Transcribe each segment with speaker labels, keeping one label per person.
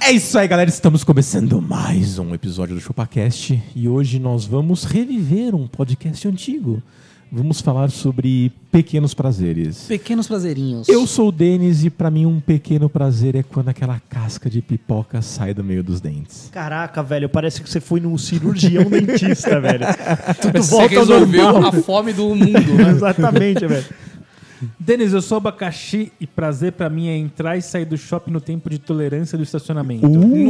Speaker 1: É isso aí, galera. Estamos começando mais um episódio do ChupaCast e hoje nós vamos reviver um podcast antigo. Vamos falar sobre pequenos prazeres.
Speaker 2: Pequenos prazerinhos.
Speaker 1: Eu sou o Denis e pra mim um pequeno prazer é quando aquela casca de pipoca sai do meio dos dentes.
Speaker 3: Caraca, velho, parece que você foi num cirurgião dentista, velho. Tudo
Speaker 4: Você
Speaker 3: volta ao
Speaker 4: resolveu
Speaker 3: normal.
Speaker 4: a fome do mundo. né?
Speaker 3: Exatamente, velho.
Speaker 5: Denis, eu sou abacaxi e prazer pra mim é entrar e sair do shopping no tempo de tolerância do estacionamento.
Speaker 4: Uh.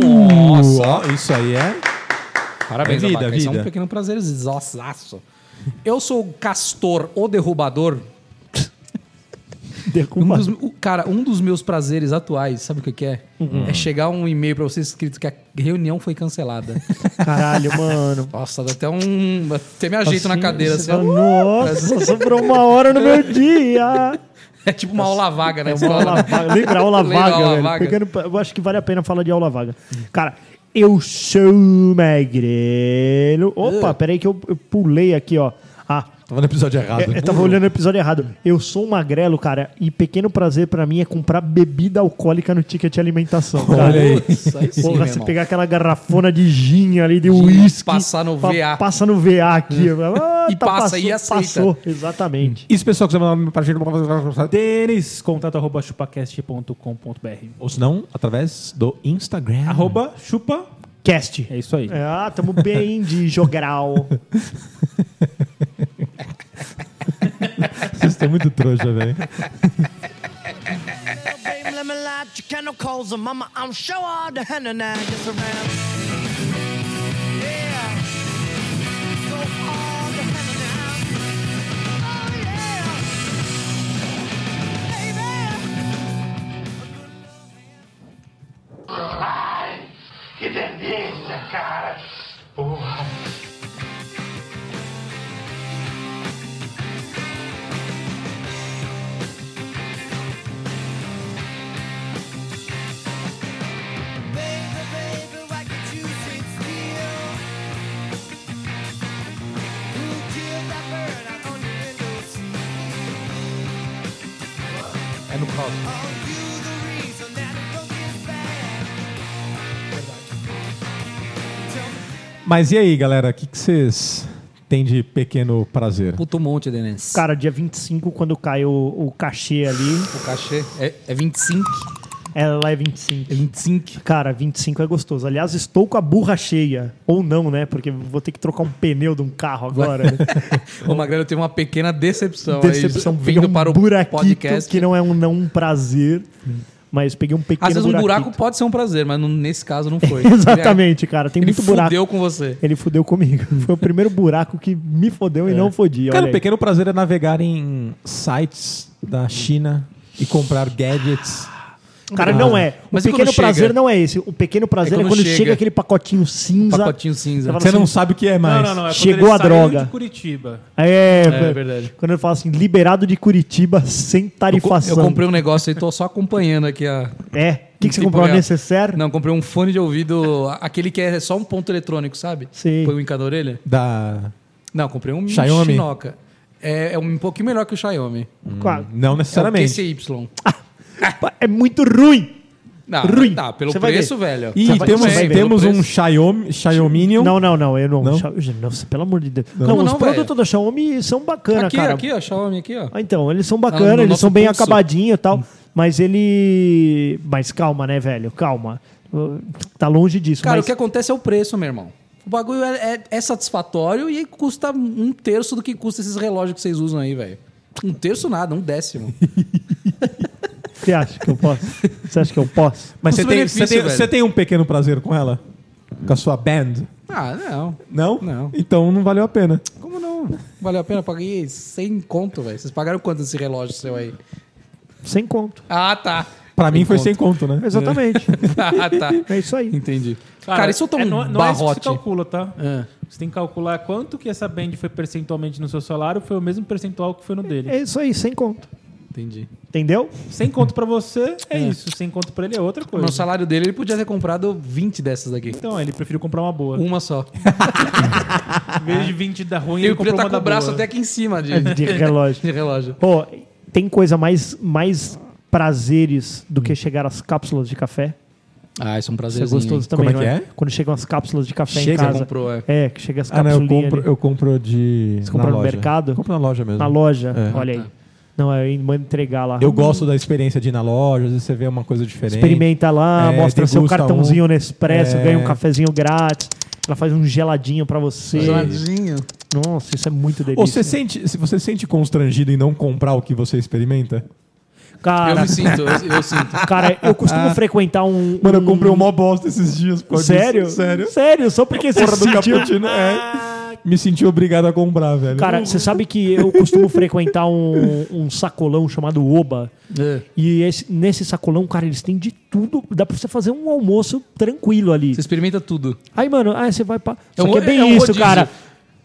Speaker 4: Nossa.
Speaker 1: ó, isso aí é.
Speaker 4: Parabéns,
Speaker 1: É vida,
Speaker 4: vida, vida. é
Speaker 1: vida.
Speaker 4: um pequeno prazer zosaço. Eu sou o Castor, o derrubador. Um
Speaker 3: Derruba.
Speaker 4: dos- o- cara, um dos meus prazeres atuais, sabe o que que é?
Speaker 3: Uhum.
Speaker 4: É chegar um e-mail pra você escrito que a reunião foi cancelada.
Speaker 3: Caralho, mano.
Speaker 4: Nossa, dá até um... Até me ajeito na cadeira. Assim,
Speaker 3: Você fala,
Speaker 4: ó.
Speaker 3: Nossa, sobrou uma hora no meu dia.
Speaker 4: é tipo uma aula vaga na
Speaker 3: É uma
Speaker 4: escola.
Speaker 3: aula vaga. Lembra, aula
Speaker 4: Lembra
Speaker 3: vaga,
Speaker 4: aula
Speaker 3: velho.
Speaker 4: vaga?
Speaker 3: Pequeno pa- eu acho que vale a pena falar de aula vaga. Cara, eu sou magrelo. Opa, peraí que eu, eu pulei aqui, ó. Ah,
Speaker 1: Tava no episódio errado.
Speaker 3: eu, eu tava olhando o episódio errado. Eu sou um magrelo, cara, e pequeno prazer pra mim é comprar bebida alcoólica no ticket de alimentação. cara.
Speaker 1: Olha aí.
Speaker 4: Putz, aí sim,
Speaker 3: Porra,
Speaker 4: meu
Speaker 3: se
Speaker 4: irmão.
Speaker 3: pegar aquela garrafona de gin ali, de uísque.
Speaker 4: passar no
Speaker 3: pa-
Speaker 4: VA.
Speaker 3: Passa no VA aqui. Ah,
Speaker 4: E passa e aceita.
Speaker 3: Passou, exatamente.
Speaker 1: E se o pessoal quiser mandar pra gente.
Speaker 5: Denis, contato arroba chupacast.com.br.
Speaker 1: Ou se não, através do Instagram.
Speaker 5: Arroba chupa,
Speaker 3: Cast.
Speaker 5: é isso aí.
Speaker 3: Ah, tamo bem de jogral.
Speaker 1: Vocês estão muito trouxa, velho.
Speaker 6: Ai, que delícia, cara. Porra.
Speaker 4: É no caso.
Speaker 1: Mas e aí, galera? O que que vocês têm de pequeno prazer?
Speaker 4: Puto monte, Denis.
Speaker 3: Cara, dia 25, quando cai o, o cachê ali,
Speaker 4: O cachê é, é 25.
Speaker 3: ela é 25.
Speaker 4: É 25.
Speaker 3: Cara, 25 é gostoso. Aliás, estou com a burra cheia. Ou não, né? Porque vou ter que trocar um pneu de um carro agora. né?
Speaker 4: O Magrelo tem uma pequena decepção. aí,
Speaker 3: Decepção. peguei
Speaker 4: vindo
Speaker 3: um
Speaker 4: para o
Speaker 3: buraquito,
Speaker 4: podcast.
Speaker 3: que não é um não prazer. Mas peguei um pequeno
Speaker 4: Às vezes um buraco
Speaker 3: buraquito.
Speaker 4: pode ser um prazer, mas não- nesse caso não foi.
Speaker 3: Exatamente, cara. Tem
Speaker 4: Ele
Speaker 3: muito buraco.
Speaker 4: fudeu com você.
Speaker 3: Ele fudeu comigo. Foi o primeiro buraco que me fodeu
Speaker 4: É.
Speaker 3: e não fodia.
Speaker 1: Cara,
Speaker 3: Olha
Speaker 1: o
Speaker 3: aí.
Speaker 1: pequeno prazer é navegar em sites da China e comprar gadgets.
Speaker 3: Cara, não é. O
Speaker 4: Mas e
Speaker 3: pequeno
Speaker 4: quando chega?
Speaker 3: prazer não é esse. O pequeno prazer
Speaker 4: É
Speaker 3: é
Speaker 4: quando
Speaker 3: quando, chega.
Speaker 4: chega
Speaker 3: aquele pacotinho cinza.
Speaker 4: Pacotinho cinza.
Speaker 3: Você fala
Speaker 1: Você
Speaker 3: assim,
Speaker 1: não sabe o que é mais.
Speaker 5: Não, não, não. É quando
Speaker 3: Chegou
Speaker 5: ele
Speaker 3: a
Speaker 5: saiu
Speaker 3: droga.
Speaker 5: de Curitiba.
Speaker 3: É,
Speaker 4: É
Speaker 3: velho.
Speaker 4: verdade.
Speaker 3: Quando ele fala assim, liberado de Curitiba sem tarifação.
Speaker 4: Eu comprei um negócio e tô só acompanhando aqui a.
Speaker 3: É. O que, que você
Speaker 4: Tipo,
Speaker 3: comprou?
Speaker 4: minha-
Speaker 3: Necessaire?
Speaker 4: Não, comprei um fone de ouvido, a- aquele que é só um ponto eletrônico, sabe?
Speaker 3: Sim.
Speaker 4: Põe um em cada orelha.
Speaker 1: Da...
Speaker 4: Não, comprei um
Speaker 1: Xiaomi.
Speaker 4: Shinoca. É, é um pouquinho melhor que o Xiaomi.
Speaker 3: Qua-
Speaker 1: não necessariamente.
Speaker 4: É o QCY.
Speaker 3: É muito ruim.
Speaker 4: Não,
Speaker 3: Ah, Ruim.
Speaker 4: tá, pelo
Speaker 3: Você vai
Speaker 4: preço, velho.
Speaker 1: E
Speaker 4: Você vai-
Speaker 1: temos,
Speaker 4: você vai ver
Speaker 1: temos
Speaker 4: pelo
Speaker 1: um
Speaker 4: preço.
Speaker 1: Xiaomi, Xiaominion.
Speaker 3: Não, não, não. Eu não.
Speaker 1: Não?
Speaker 3: Xa- Nossa, pelo amor de Deus. Não,
Speaker 4: Como
Speaker 3: os
Speaker 4: não,
Speaker 3: produtos
Speaker 4: velho?
Speaker 3: da Xiaomi são bacanas,
Speaker 4: Aqui,
Speaker 3: cara.
Speaker 4: aqui, ó, Xiaomi aqui, ó.
Speaker 3: Ah, Então, eles são
Speaker 4: Ah,
Speaker 3: bacanas,
Speaker 4: no
Speaker 3: eles
Speaker 4: nosso
Speaker 3: são bem
Speaker 4: pulso.
Speaker 3: acabadinhos e tal. Mas ele. Mas calma, né, velho? Calma. Uh, Tá longe disso.
Speaker 4: Cara,
Speaker 3: mas...
Speaker 4: o que acontece é o preço, meu irmão. O bagulho é, é- é satisfatório e custa um terço do que custa esses relógios que vocês usam aí, velho. Um terço nada, um décimo.
Speaker 3: Você acha que eu posso? Você acha que eu posso?
Speaker 1: Mas você tem,
Speaker 4: Custo-benefício,
Speaker 1: você tem-
Speaker 4: velho.
Speaker 1: você tem um pequeno prazer com ela? Com a sua band?
Speaker 4: Ah, não.
Speaker 1: Não?
Speaker 4: Não.
Speaker 1: Então não valeu a pena.
Speaker 4: Como não? Valeu a pena? Eu Paguei 100 conto, velho. Vocês pagaram quanto esse relógio seu aí?
Speaker 3: Sem conto.
Speaker 4: Ah, tá.
Speaker 1: Pra mim foi
Speaker 4: conto.
Speaker 1: sem conto, né?
Speaker 3: Exatamente.
Speaker 4: Ah, tá.
Speaker 3: É isso aí.
Speaker 4: Entendi. Cara, isso eu tô um
Speaker 5: é, não, não é isso que você
Speaker 4: barrote.
Speaker 5: calcula, tá?
Speaker 4: Ah.
Speaker 5: Você tem que calcular quanto que essa band foi percentualmente no seu salário, foi o mesmo percentual que foi no dele.
Speaker 3: É isso aí, sem conto.
Speaker 4: Entendi.
Speaker 3: Entendeu?
Speaker 5: Sem conto pra você é, isso, sem conto pra ele é outra
Speaker 4: O
Speaker 5: coisa.
Speaker 4: meu salário dele, ele podia ter comprado 20 dessas daqui.
Speaker 5: Então, ele preferiu comprar uma boa.
Speaker 4: Uma só.
Speaker 5: Em vez de 20 da ruim,
Speaker 4: E
Speaker 5: ele
Speaker 4: o Pri
Speaker 5: comprou
Speaker 4: tá
Speaker 5: uma
Speaker 4: com
Speaker 5: da
Speaker 4: o braço
Speaker 5: boa.
Speaker 4: até aqui em cima de,
Speaker 3: De relógio.
Speaker 4: de relógio.
Speaker 3: Pô, tem coisa mais, mais prazeres do que chegar às cápsulas de café.
Speaker 4: Ah, isso é um
Speaker 3: Isso é
Speaker 4: prazerzinho.
Speaker 3: gostoso
Speaker 4: hein?
Speaker 3: também,
Speaker 1: Como é
Speaker 3: não
Speaker 1: que
Speaker 3: Quando chegam as cápsulas de café
Speaker 4: Chega,
Speaker 3: em casa.
Speaker 4: comprou, é.
Speaker 3: É, que chega as
Speaker 1: Ah, não,
Speaker 3: cápsulas
Speaker 1: eu compro, eu compro de.
Speaker 3: Você compra
Speaker 1: na
Speaker 3: no
Speaker 1: loja.
Speaker 3: mercado?
Speaker 1: Eu compro na loja mesmo.
Speaker 3: na loja.
Speaker 1: É.
Speaker 3: Olha aí. Não, aí manda entregar lá.
Speaker 1: Eu gosto da experiência de ir na loja, às vezes você vê uma coisa diferente.
Speaker 3: Experimenta lá,
Speaker 1: É,
Speaker 3: mostra seu
Speaker 1: degusta
Speaker 3: cartãozinho
Speaker 1: um.
Speaker 3: Nespresso,
Speaker 1: É.
Speaker 3: ganha um cafezinho grátis. Ela faz um geladinho pra você.
Speaker 4: Geladinho.
Speaker 3: Nossa, isso é muito delícia.
Speaker 1: Ou você sente, se você sente constrangido em não comprar o que você experimenta?
Speaker 4: Eu
Speaker 3: Cara,
Speaker 4: me sinto, eu, eu sinto.
Speaker 3: cara, eu costumo frequentar um.
Speaker 1: Ah. Mano, eu
Speaker 3: um-
Speaker 1: comprei um mó bosta esses dias. por causa
Speaker 3: Sério?
Speaker 1: disso. Sério?
Speaker 3: Sério, só porque você
Speaker 1: Porra do
Speaker 3: sentiu...
Speaker 1: cappuccino. É. Me senti obrigado a comprar, velho.
Speaker 3: Cara, você sabe que eu costumo frequentar um, um sacolão chamado Oba.
Speaker 4: É.
Speaker 3: E esse- nesse sacolão, cara, eles têm de tudo. Dá pra você fazer um almoço tranquilo ali.
Speaker 4: Você experimenta tudo.
Speaker 3: Aí, mano, aí você vai pra.
Speaker 4: É
Speaker 3: Só
Speaker 4: um-
Speaker 3: que é bem
Speaker 4: é um
Speaker 3: isso,
Speaker 4: rodízio.
Speaker 3: cara.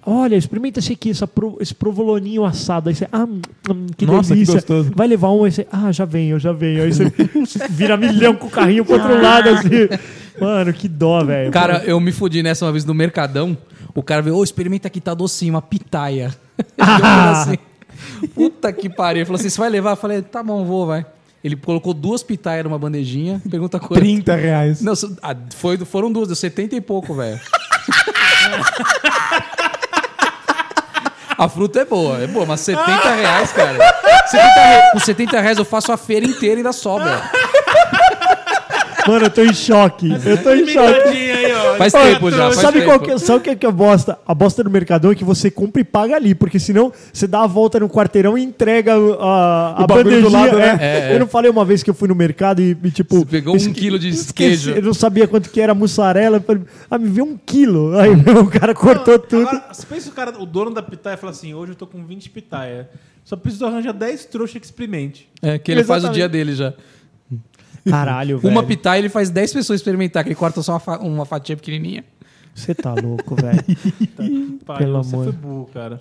Speaker 3: Olha, experimenta esse aqui, essa pro- esse provoloninho assado. Aí você, ah, hum, hum, que
Speaker 1: Nossa, que
Speaker 3: delícia.
Speaker 1: gostoso.
Speaker 3: Vai levar um, aí você, ah, já venho, já venho. Aí você vira milhão com o carrinho pro outro lado, assim. Mano, que dó, velho.
Speaker 4: Cara, eu me fudi nessa uma vez no Mercadão. O cara veio, ô, experimenta aqui, tá docinho, uma pitaia. Ele deu um pedacinho. Puta que pariu. Ele falou assim, você vai levar? Eu falei, tá bom, vou, vai. Ele colocou duas pitaias numa bandejinha, pergunta quanto.
Speaker 1: 30 reais.
Speaker 4: Não, so- ah, foi, foram duas, deu 70 e pouco, velho. A fruta é boa, é boa, mas 70 reais, cara. 70 re... Com 70 reais eu faço a feira inteira e ainda sobra.
Speaker 3: Mano, eu tô em choque. Eu tô em choque.
Speaker 4: Faz tempo já, faz
Speaker 3: Sabe,
Speaker 4: tempo.
Speaker 3: qual que, é- sabe o que é, que é a bosta? A bosta do Mercadão é que você compra e paga ali, porque senão você dá a volta no quarteirão e entrega a, a
Speaker 1: O bagulho
Speaker 3: bandejinha.
Speaker 1: do lado, né?
Speaker 3: é. Eu não falei uma vez que eu fui no mercado e, e, tipo...
Speaker 4: Você pegou um quilo de
Speaker 3: esqueci,
Speaker 4: queijo.
Speaker 3: Eu não sabia quanto que era a mussarela. eu falei, ah, me viu um quilo. Aí o cara cortou tudo.
Speaker 5: Agora, você pensa o cara, o dono da pitaia fala assim: hoje eu tô com 20 pitaia. Só preciso arranjar 10 trouxas que experimente.
Speaker 4: É, que ele faz o
Speaker 3: Exatamente.
Speaker 4: dia dele já.
Speaker 3: Caralho,
Speaker 4: Uma
Speaker 3: velho.
Speaker 4: pitaia ele faz 10 pessoas experimentar, que ele corta só uma, fa- uma fatia pequenininha.
Speaker 3: Você tá louco, velho.
Speaker 5: Pai,
Speaker 3: Pelo
Speaker 5: você
Speaker 3: amor.
Speaker 5: foi burro, cara.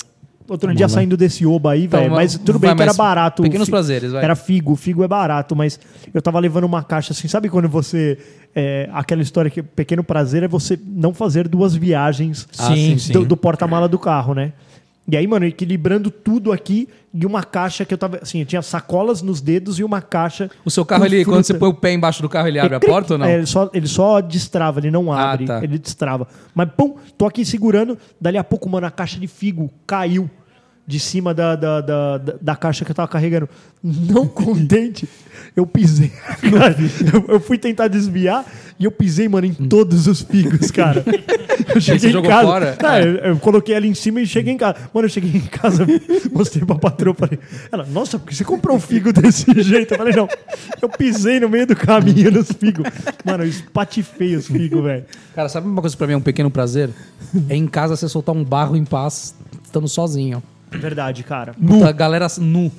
Speaker 3: Outro dia saindo desse oba aí, velho.
Speaker 4: Então,
Speaker 3: Mas
Speaker 4: mas-
Speaker 3: tudo bem
Speaker 4: vai,
Speaker 3: que era
Speaker 4: mas
Speaker 3: barato.
Speaker 4: pequenos
Speaker 3: Fi-
Speaker 4: prazeres, vai.
Speaker 3: Era figo, figo é barato, mas eu tava levando uma caixa assim, sabe quando você. é, aquela história que pequeno prazer é você não fazer duas viagens
Speaker 1: Ah, sim,
Speaker 3: do-
Speaker 1: sim.
Speaker 3: do, porta-mala do carro, né? E aí, mano, equilibrando tudo aqui e uma caixa que eu tava. Assim, eu tinha sacolas nos dedos e uma caixa.
Speaker 4: O seu carro,
Speaker 3: com
Speaker 4: ele, quando
Speaker 3: fruta.
Speaker 4: você põe o pé embaixo do carro, ele abre a
Speaker 3: Cric.
Speaker 4: porta ou não?
Speaker 3: É, ele, só, ele só destrava, ele não
Speaker 4: Ah,
Speaker 3: abre.
Speaker 4: tá.
Speaker 3: Ele destrava. Mas, pum, tô aqui segurando. Dali a pouco, mano, a caixa de figo caiu de cima da, da, da, da- da caixa que eu tava carregando. Não contente, eu pisei. Cara, eu, eu fui tentar desviar e eu pisei, mano, em todos os figos, cara. Eu cheguei em
Speaker 4: jogou
Speaker 3: casa.
Speaker 4: fora? É.
Speaker 3: Ah, eu, eu coloquei ela em cima e cheguei em casa. Mano, eu cheguei em casa, mostrei pra patroa, falei, ela, nossa, por que você comprou um figo desse jeito? Eu falei, não, eu pisei no meio do caminho nos figos. Mano, eu espatifei os figos, velho.
Speaker 4: Cara, sabe uma coisa pra mim é um pequeno prazer? É em casa você soltar um barro em paz, estando sozinho.
Speaker 3: Verdade, cara.
Speaker 4: Puta, a galera nu.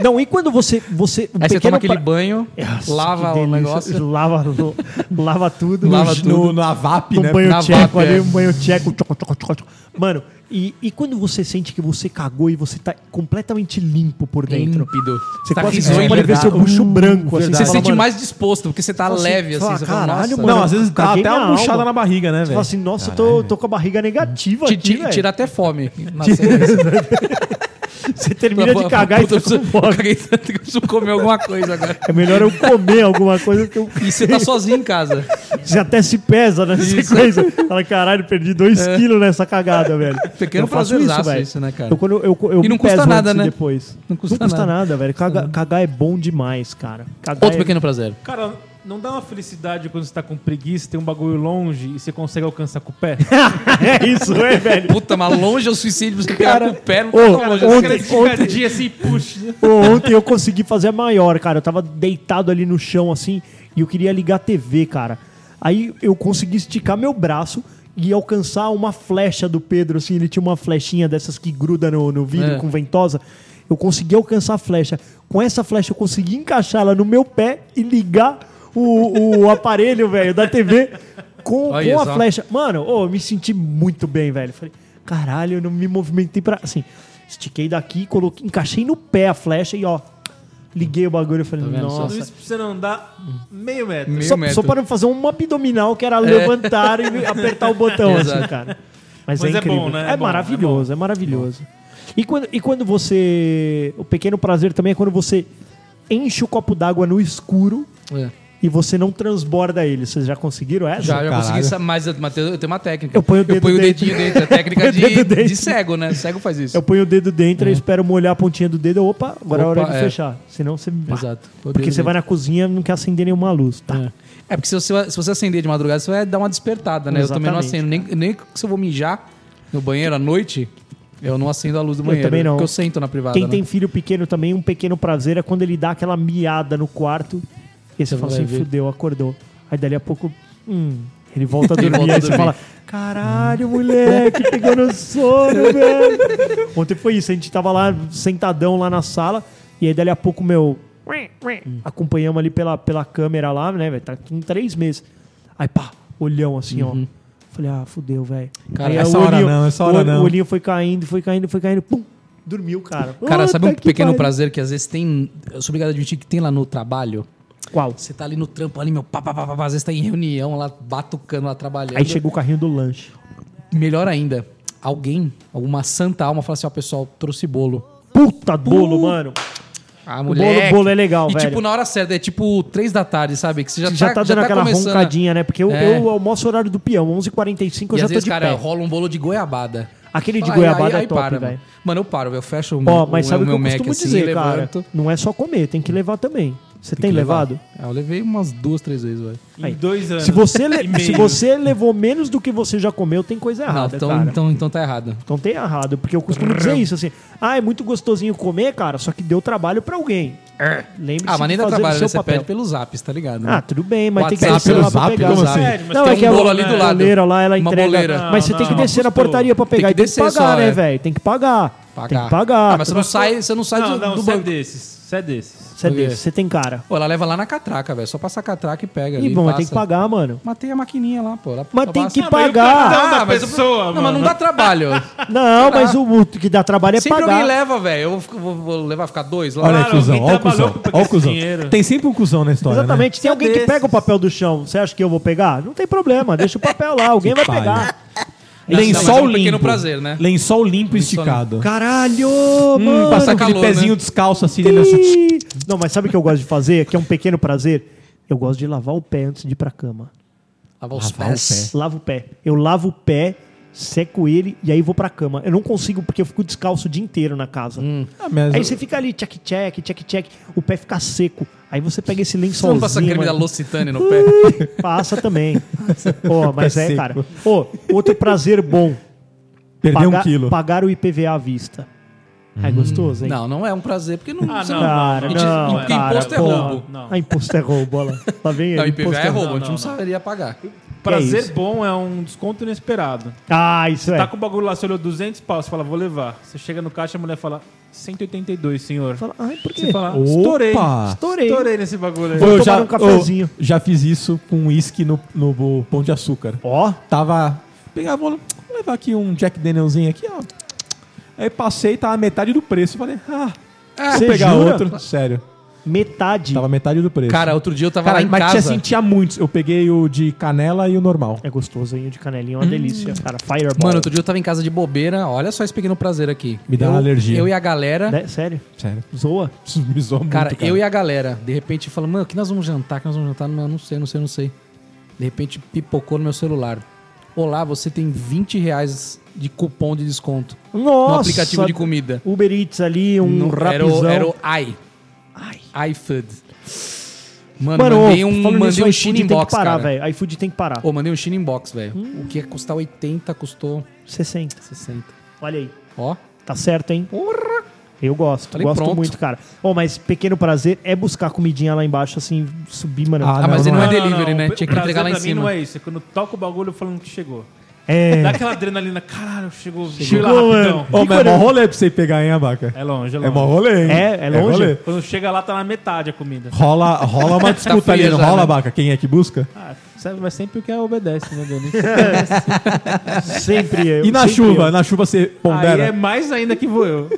Speaker 3: Não, e quando você. você um
Speaker 4: Aí você
Speaker 3: pequeno
Speaker 4: toma aquele
Speaker 3: pra-
Speaker 4: banho,
Speaker 3: Nossa,
Speaker 4: lava
Speaker 3: que
Speaker 4: o
Speaker 3: delícia.
Speaker 4: negócio.
Speaker 3: Lava, lo- lava tudo.
Speaker 4: Lava
Speaker 3: No-
Speaker 4: tudo.
Speaker 1: No, na VAP,
Speaker 3: Um
Speaker 1: né?
Speaker 3: banho
Speaker 4: Na
Speaker 3: tcheco
Speaker 4: vape,
Speaker 3: ali,
Speaker 4: é.
Speaker 3: um banho tcheco. tchoco, tchoco, tchoco, tchoco. Mano, e, e quando você sente que você cagou e você tá completamente limpo por dentro?
Speaker 4: Límpido.
Speaker 3: Você
Speaker 4: é tá
Speaker 3: quase
Speaker 4: risonho,
Speaker 3: você pode ver
Speaker 4: verdade.
Speaker 3: seu bucho branco. Assim,
Speaker 4: Você se
Speaker 3: fala,
Speaker 4: sente
Speaker 3: mano,
Speaker 4: mais disposto, porque você tá
Speaker 3: Fala assim,
Speaker 4: leve, assim.
Speaker 3: fala,
Speaker 4: Você fala,
Speaker 3: "Caralho,
Speaker 4: nossa."
Speaker 3: mano,
Speaker 1: Não, às vezes dá
Speaker 3: Caguei
Speaker 1: até
Speaker 3: na
Speaker 1: uma murchada
Speaker 3: alma.
Speaker 1: na barriga, né,
Speaker 3: Você
Speaker 1: velho?
Speaker 3: fala assim, nossa, eu tô, tô com a barriga negativa
Speaker 4: Ti-
Speaker 3: aqui,
Speaker 4: ti-
Speaker 3: velho.
Speaker 4: tira até fome. na sequência.
Speaker 3: Você termina de cagar e
Speaker 4: Puta,
Speaker 3: tá
Speaker 4: eu
Speaker 3: com
Speaker 4: preciso- eu
Speaker 3: fome.
Speaker 4: caguei tanto que eu preciso comer alguma coisa agora.
Speaker 3: É melhor eu comer alguma coisa que eu...
Speaker 4: E você tá sozinho em casa.
Speaker 3: Você até se pesa nessa sequência. Fala, caralho, perdi 2 quilos nessa cagada, velho.
Speaker 4: É. Pequeno
Speaker 3: eu faço
Speaker 4: prazerzaço
Speaker 3: isso, velho.
Speaker 4: isso, né, cara?
Speaker 3: Eu, quando eu, eu
Speaker 4: E não
Speaker 3: me peso
Speaker 4: custa nada,
Speaker 3: antes e
Speaker 4: né?
Speaker 3: depois.
Speaker 4: Não custa
Speaker 3: nada,
Speaker 4: nada. Uhum.
Speaker 3: velho. Caga- Cagar é bom demais, cara. Cagar
Speaker 4: Outro
Speaker 3: é-
Speaker 4: pequeno prazer.
Speaker 5: Cara, Não dá uma felicidade quando você tá com preguiça, tem um bagulho longe e você consegue alcançar com o pé?
Speaker 3: É isso, é, velho.
Speaker 4: Puta, mas longe é o suicídio pra você pegar com o pé. Não
Speaker 3: ô,
Speaker 4: tá tão longe.
Speaker 3: ô,
Speaker 4: assim.
Speaker 3: Ontem-
Speaker 5: esticadinha assim, puxa.
Speaker 3: Pô, ontem eu consegui fazer a maior, cara. Eu tava deitado ali no chão, assim, e eu queria ligar a TV, cara. Aí eu consegui esticar meu braço e alcançar uma flecha do Pedro, assim. Ele tinha uma flechinha dessas que gruda no, no vidro
Speaker 4: É.
Speaker 3: com ventosa. Eu consegui alcançar a flecha. Com essa flecha eu consegui encaixá-la no meu pé e ligar o, o aparelho, velho, da TV com,
Speaker 4: Olha
Speaker 3: com a
Speaker 4: só.
Speaker 3: flecha. É, Mano, ô, eu me senti muito bem, velho. Falei, caralho, eu não me movimentei pra. Assim, estiquei daqui, coloquei, encaixei no pé a flecha e ó, liguei o bagulho. Eu Falei,
Speaker 4: Tá vendo só?
Speaker 3: nossa.
Speaker 5: Isso pra você não andar meio metro.
Speaker 4: Meio
Speaker 3: Só,
Speaker 4: metro.
Speaker 3: só para fazer uma abdominal que era levantar e apertar o botão, assim,
Speaker 4: Exato.
Speaker 3: cara. Mas,
Speaker 5: Mas
Speaker 3: é
Speaker 5: é
Speaker 3: incrível.
Speaker 5: bom, né?
Speaker 3: É,
Speaker 5: É bom,
Speaker 3: maravilhoso, é, maravilhoso. E quando, e quando você. O pequeno prazer também é quando você enche o copo d'água no escuro
Speaker 4: É.
Speaker 3: e você não transborda ele. Vocês já conseguiram essa?
Speaker 4: Já, já consegui
Speaker 1: Caralho.
Speaker 4: essa, mas, mas eu tenho uma técnica.
Speaker 3: Eu ponho o dedo
Speaker 4: o
Speaker 3: dentro.
Speaker 4: dedinho dentro. É técnica
Speaker 3: Eu ponho o
Speaker 4: de,
Speaker 3: dedo dentro.
Speaker 4: de cego, né? Cego faz isso.
Speaker 3: Eu ponho o dedo dentro, eu espero molhar a pontinha do dedo. Opa, agora é a hora
Speaker 4: É. Opa,
Speaker 3: de
Speaker 4: é.
Speaker 3: fechar. Senão você.
Speaker 4: Exato. Põe o
Speaker 3: Porque
Speaker 4: dedo
Speaker 3: você vai na cozinha e não quer acender nenhuma luz. Tá.
Speaker 4: É porque se você, se você acender de madrugada, você vai dar uma despertada, né? Eu também não acendo. Nem, nem se eu vou mijar no banheiro à noite, eu não acendo a luz do banheiro.
Speaker 3: também não.
Speaker 4: Porque eu sento na privada.
Speaker 3: Quem
Speaker 4: né?
Speaker 3: tem filho pequeno também, um pequeno prazer é quando ele dá aquela miada no quarto. E você fala
Speaker 4: vai
Speaker 3: assim,
Speaker 4: ver.
Speaker 3: fudeu, acordou. Aí dali a pouco, hum, ele volta a dormir.
Speaker 4: volta a
Speaker 3: aí você
Speaker 4: dormir.
Speaker 3: fala, caralho, moleque, pegou no sono, velho. Ontem foi isso, a gente tava lá sentadão lá na sala. E aí dali a pouco, meu, acompanhamos ali pela, pela câmera lá, né, velho? Tá com três meses. Aí pá, olhão assim, ó. Falei, ah, fudeu, velho.
Speaker 4: Cara,
Speaker 3: Aí
Speaker 1: essa
Speaker 3: o
Speaker 1: hora não, essa hora
Speaker 3: o,
Speaker 1: não.
Speaker 3: O olhinho foi caindo, foi caindo, foi caindo. Pum, dormiu, cara.
Speaker 4: Cara, sabe um
Speaker 3: Puta que
Speaker 4: pequeno
Speaker 3: pariu.
Speaker 4: prazer que às vezes tem. Eu sou obrigado a admitir que tem lá no trabalho.
Speaker 3: Qual?
Speaker 4: Você tá ali no trampo, ali, meu, pá, pá, pá, pá, pá, às vezes tá em reunião lá, batucando lá, trabalhando.
Speaker 3: Aí chegou o carrinho do lanche.
Speaker 4: Melhor ainda, alguém, alguma santa alma, fala assim: ó, pessoal, trouxe bolo.
Speaker 3: Puta bolo, mano.
Speaker 4: Ah,
Speaker 3: bolo- bolo é legal,
Speaker 4: E
Speaker 3: velho.
Speaker 4: tipo, na hora certa, é tipo três da tarde, sabe? Que você já,
Speaker 3: Já tá, dando aquela
Speaker 4: começando a-
Speaker 3: roncadinha, né? Porque eu,
Speaker 4: É.
Speaker 3: eu almoço o horário do peão, 11h45 eu
Speaker 4: E
Speaker 3: já
Speaker 4: às
Speaker 3: tô
Speaker 4: vezes,
Speaker 3: de
Speaker 4: cara,
Speaker 3: pé.
Speaker 4: rola um bolo de goiabada.
Speaker 3: Aquele de
Speaker 4: Aí-
Speaker 3: goiabada
Speaker 4: aí- aí
Speaker 3: é top,
Speaker 4: para,
Speaker 3: velho.
Speaker 4: mano. Mano, eu paro, eu fecho o
Speaker 3: Ó,
Speaker 4: meu,
Speaker 3: mas
Speaker 4: o
Speaker 3: sabe o que
Speaker 4: meu
Speaker 3: eu
Speaker 4: Mac
Speaker 3: costumo
Speaker 4: assim,
Speaker 3: dizer, cara?
Speaker 4: levanto.
Speaker 3: Não é só comer, tem que levar também. Você tem,
Speaker 4: que levar.
Speaker 3: levado?
Speaker 4: Ah, eu levei umas duas, três vezes, velho.
Speaker 3: Aí.
Speaker 5: Em dois anos.
Speaker 3: Se você, le-
Speaker 5: e meio.
Speaker 3: se você levou menos do que você já comeu, tem coisa
Speaker 4: Não,
Speaker 3: errada,
Speaker 4: então,
Speaker 3: cara.
Speaker 4: então, então tá errado.
Speaker 3: Então tem errado, porque eu costumo dizer isso assim. Ah, é muito gostosinho comer, cara, só que deu trabalho pra alguém. Lembre-se
Speaker 4: Ah, mas
Speaker 3: de
Speaker 4: nem dá
Speaker 3: fazer o
Speaker 4: trabalho, né?
Speaker 3: seu
Speaker 4: você
Speaker 3: papel.
Speaker 4: pede pelos apps, tá ligado? né?
Speaker 3: Ah, tudo bem, mas tem que
Speaker 4: WhatsApp,
Speaker 3: descer lá
Speaker 1: pelo
Speaker 3: pra
Speaker 1: zap,
Speaker 3: pegar.
Speaker 1: como
Speaker 3: Não,
Speaker 1: assim?
Speaker 5: Sério, mas
Speaker 3: é
Speaker 5: tem
Speaker 3: que
Speaker 5: um
Speaker 3: a-
Speaker 5: bolo ali do
Speaker 3: a
Speaker 4: lado.
Speaker 3: boleira lá, ela
Speaker 4: Uma
Speaker 3: entrega.
Speaker 4: boleira.
Speaker 3: mas você
Speaker 5: Não,
Speaker 3: tem que
Speaker 5: não,
Speaker 3: descer na
Speaker 5: custou.
Speaker 3: portaria pra pegar.
Speaker 4: que
Speaker 3: e tem
Speaker 4: descer
Speaker 3: que pagar,
Speaker 4: só,
Speaker 3: né,
Speaker 4: é.
Speaker 3: velho? Tem que pagar.
Speaker 4: Pagar.
Speaker 3: Tem que pagar.
Speaker 4: Ah, mas você não sai, você não sai
Speaker 5: Não,
Speaker 4: do,
Speaker 5: não,
Speaker 4: tá do
Speaker 5: você é
Speaker 4: banco.
Speaker 5: desses. Você é desses.
Speaker 3: Você é
Speaker 4: Por quê?
Speaker 3: desse, você tem cara.
Speaker 4: Pô, ela leva lá na catraca, velho. Só passa a catraca e pega ali.
Speaker 3: E bom, mas
Speaker 4: passa.
Speaker 3: tem que pagar, mano.
Speaker 4: Matei a maquininha lá, pô. Ela
Speaker 3: Mas tem que
Speaker 4: passa. Ah,
Speaker 5: mas e o
Speaker 3: pagar.
Speaker 5: cara Não, um da
Speaker 4: mas eu- Não,
Speaker 5: pessoa,
Speaker 4: mas
Speaker 5: mano.
Speaker 4: não dá trabalho.
Speaker 3: Não, mas o, o que dá trabalho é
Speaker 4: Sempre alguém
Speaker 3: pagar.
Speaker 4: leva, velho. Eu vou, ficar- vou- vou levar ficar dois lá.
Speaker 1: Olha aí,
Speaker 5: Claro,
Speaker 1: cuzão,
Speaker 5: alguém
Speaker 4: tá
Speaker 1: olha o
Speaker 5: trabalhou
Speaker 1: cuzão.
Speaker 5: com
Speaker 1: Olha o cuzão.
Speaker 5: dinheiro.
Speaker 1: Tem sempre um cuzão na história.
Speaker 4: né?
Speaker 3: Exatamente. Tem
Speaker 5: Só
Speaker 3: alguém que
Speaker 5: desses.
Speaker 3: pega o papel do chão. Você acha que eu vou pegar? Não tem problema. Deixa o papel lá. Alguém vai
Speaker 1: palha.
Speaker 3: pegar.
Speaker 1: Né?
Speaker 4: Não, mas é
Speaker 1: Lençol
Speaker 4: um pequeno
Speaker 1: limpo.
Speaker 4: prazer, né?
Speaker 1: Lençol limpo e esticado.
Speaker 3: Caralho,
Speaker 1: Hum,
Speaker 3: mano.
Speaker 1: passar
Speaker 4: calor,
Speaker 1: aquele pezinho
Speaker 4: né?
Speaker 1: descalço assim. né, nessa-
Speaker 3: Ih. Não, mas sabe o que eu gosto de fazer? Que é um pequeno prazer. Eu gosto de lavar o pé antes de ir pra cama.
Speaker 4: Lavar os
Speaker 1: Lavar o
Speaker 4: pés.
Speaker 3: Lavo o pé. Eu lavo o pé, seco ele e aí vou pra cama. Eu não consigo porque eu fico descalço o dia inteiro na casa.
Speaker 4: Hum.
Speaker 1: Ah, mas-
Speaker 3: Aí você fica ali, check, check, check, check. O pé fica seco. Aí você pega esse
Speaker 4: Você não
Speaker 3: lençolzinho.
Speaker 4: passa creme da
Speaker 3: mano.
Speaker 4: L'Occitane no pé?
Speaker 3: Passa também. Pô, mas
Speaker 1: Pé
Speaker 3: é,
Speaker 1: seco.
Speaker 3: cara. Pô, outro prazer bom.
Speaker 1: Perdeu um
Speaker 3: Pagar-
Speaker 1: quilo.
Speaker 3: Pagar o IPVA à vista. É gostoso, hein?
Speaker 4: Hum. Não, não é um prazer, porque não...
Speaker 5: Ah,
Speaker 4: você
Speaker 5: não.
Speaker 3: Cara,
Speaker 4: E diz-
Speaker 3: não,
Speaker 4: e
Speaker 3: cara,
Speaker 4: imposto é
Speaker 3: pô.
Speaker 4: roubo.
Speaker 5: Não.
Speaker 3: Ah, imposto é roubo, olha lá. Lá vem
Speaker 4: Não,
Speaker 3: ele,
Speaker 4: IPVA é roubo, a gente
Speaker 5: não,
Speaker 4: não,
Speaker 5: não.
Speaker 4: saberia pagar.
Speaker 5: Prazer
Speaker 3: isso?
Speaker 5: bom é um desconto inesperado.
Speaker 3: Ah, isso é.
Speaker 5: Tá com o bagulho lá, você olhou 200 pau, você fala, vou levar. Você chega no caixa, a mulher fala, 182, senhor.
Speaker 3: Fala, ai, por quê?
Speaker 5: Você fala,
Speaker 1: Opa!
Speaker 5: estourei.
Speaker 3: Estourei.
Speaker 5: Estourei nesse bagulho aí.
Speaker 4: é
Speaker 3: Foi.
Speaker 1: Eu
Speaker 3: tomar
Speaker 1: já,
Speaker 3: um cafezinho.
Speaker 1: eu já fiz isso com uísque no, no Pão de Açúcar.
Speaker 3: Ó,
Speaker 1: Tava. Pegava, vou levar aqui um Jack Danielzinho aqui, ó. Aí passei, tava metade do preço. Falei, ah,
Speaker 3: Você
Speaker 1: vou pegar
Speaker 3: jura?
Speaker 1: outro. Sério,
Speaker 3: metade.
Speaker 1: tava metade do preço.
Speaker 4: Cara, outro dia eu tava
Speaker 1: Cara,
Speaker 4: lá em
Speaker 1: mas
Speaker 4: casa...
Speaker 1: tinha, assim, tinha muitos. Eu peguei o de canela e o normal.
Speaker 3: É gostosinho de canelinha, é uma delícia, cara. Fireball.
Speaker 4: Mano, outro dia eu tava em casa de bobeira. Olha só esse pequeno prazer aqui.
Speaker 1: Me dá
Speaker 4: Eu-
Speaker 1: uma alergia.
Speaker 4: Eu e a galera...
Speaker 3: Né? Sério?
Speaker 1: Sério.
Speaker 3: Zoa?
Speaker 1: Isso me zoa muito,
Speaker 4: Cara, eu e a galera, de repente, falando, mano, o que nós vamos jantar? O que nós vamos jantar? Não, não sei, não sei, não sei. De repente, pipocou no meu celular. Olá, você tem 20 reais de cupom de desconto.
Speaker 3: Nossa!
Speaker 4: No aplicativo de comida.
Speaker 3: Uber Eats ali, um
Speaker 4: No-
Speaker 3: rapizão.
Speaker 4: Era o, era o i.
Speaker 3: Ai.
Speaker 4: iFood. Mano, mandei
Speaker 3: ô,
Speaker 4: um,
Speaker 3: falando nisso,
Speaker 4: mandei um
Speaker 3: iFood
Speaker 4: China
Speaker 3: tem que
Speaker 4: Inbox,
Speaker 3: parar,
Speaker 4: cara.
Speaker 3: velho. Hum. iFood tem que parar.
Speaker 4: Ô, mandei um China Inbox, velho. O que ia custar 80, custou
Speaker 3: 60.
Speaker 4: 60.
Speaker 3: Olha aí.
Speaker 4: Ó,
Speaker 3: Tá certo, hein?
Speaker 4: porra!
Speaker 3: Eu gosto.
Speaker 4: Falei,
Speaker 3: gosto
Speaker 4: pronto.
Speaker 3: muito, cara. Ô, mas pequeno prazer é buscar comidinha lá embaixo, assim, subir, mano.
Speaker 1: Ah,
Speaker 4: Ah, mas
Speaker 1: não,
Speaker 4: ele não,
Speaker 1: não
Speaker 4: é delivery, né?
Speaker 5: O
Speaker 4: Tinha que
Speaker 5: prazer
Speaker 4: entregar lá em
Speaker 5: pra Mim
Speaker 4: cima.
Speaker 5: não é isso. É quando toca o bagulho falando que chegou.
Speaker 3: é.
Speaker 5: Dá aquela adrenalina. Caralho, chegou. Chegou,
Speaker 3: Chegou,
Speaker 5: lá
Speaker 3: mano.
Speaker 5: rapidão.
Speaker 1: Ô, mas é
Speaker 3: quando-
Speaker 1: mó rolê pra você pegar, hein, abaca?
Speaker 5: É longe, é
Speaker 1: É
Speaker 5: longe.
Speaker 1: mó rolê, hein?
Speaker 3: É, é longe?
Speaker 1: rolê.
Speaker 5: Quando chega lá, tá na metade a comida.
Speaker 1: Rola, rola uma disputa
Speaker 4: fria
Speaker 1: ali, não
Speaker 4: já,
Speaker 1: rola,
Speaker 4: né?
Speaker 1: abaca? Quem é que busca?
Speaker 5: Ah, sabe, mas sempre o que é obedece, né, Denis?
Speaker 3: é Sempre eu.
Speaker 1: E na
Speaker 3: sempre
Speaker 1: chuva?
Speaker 3: eu.
Speaker 1: Na chuva você
Speaker 5: Aí é
Speaker 1: pondera.
Speaker 5: mais ainda que vou eu.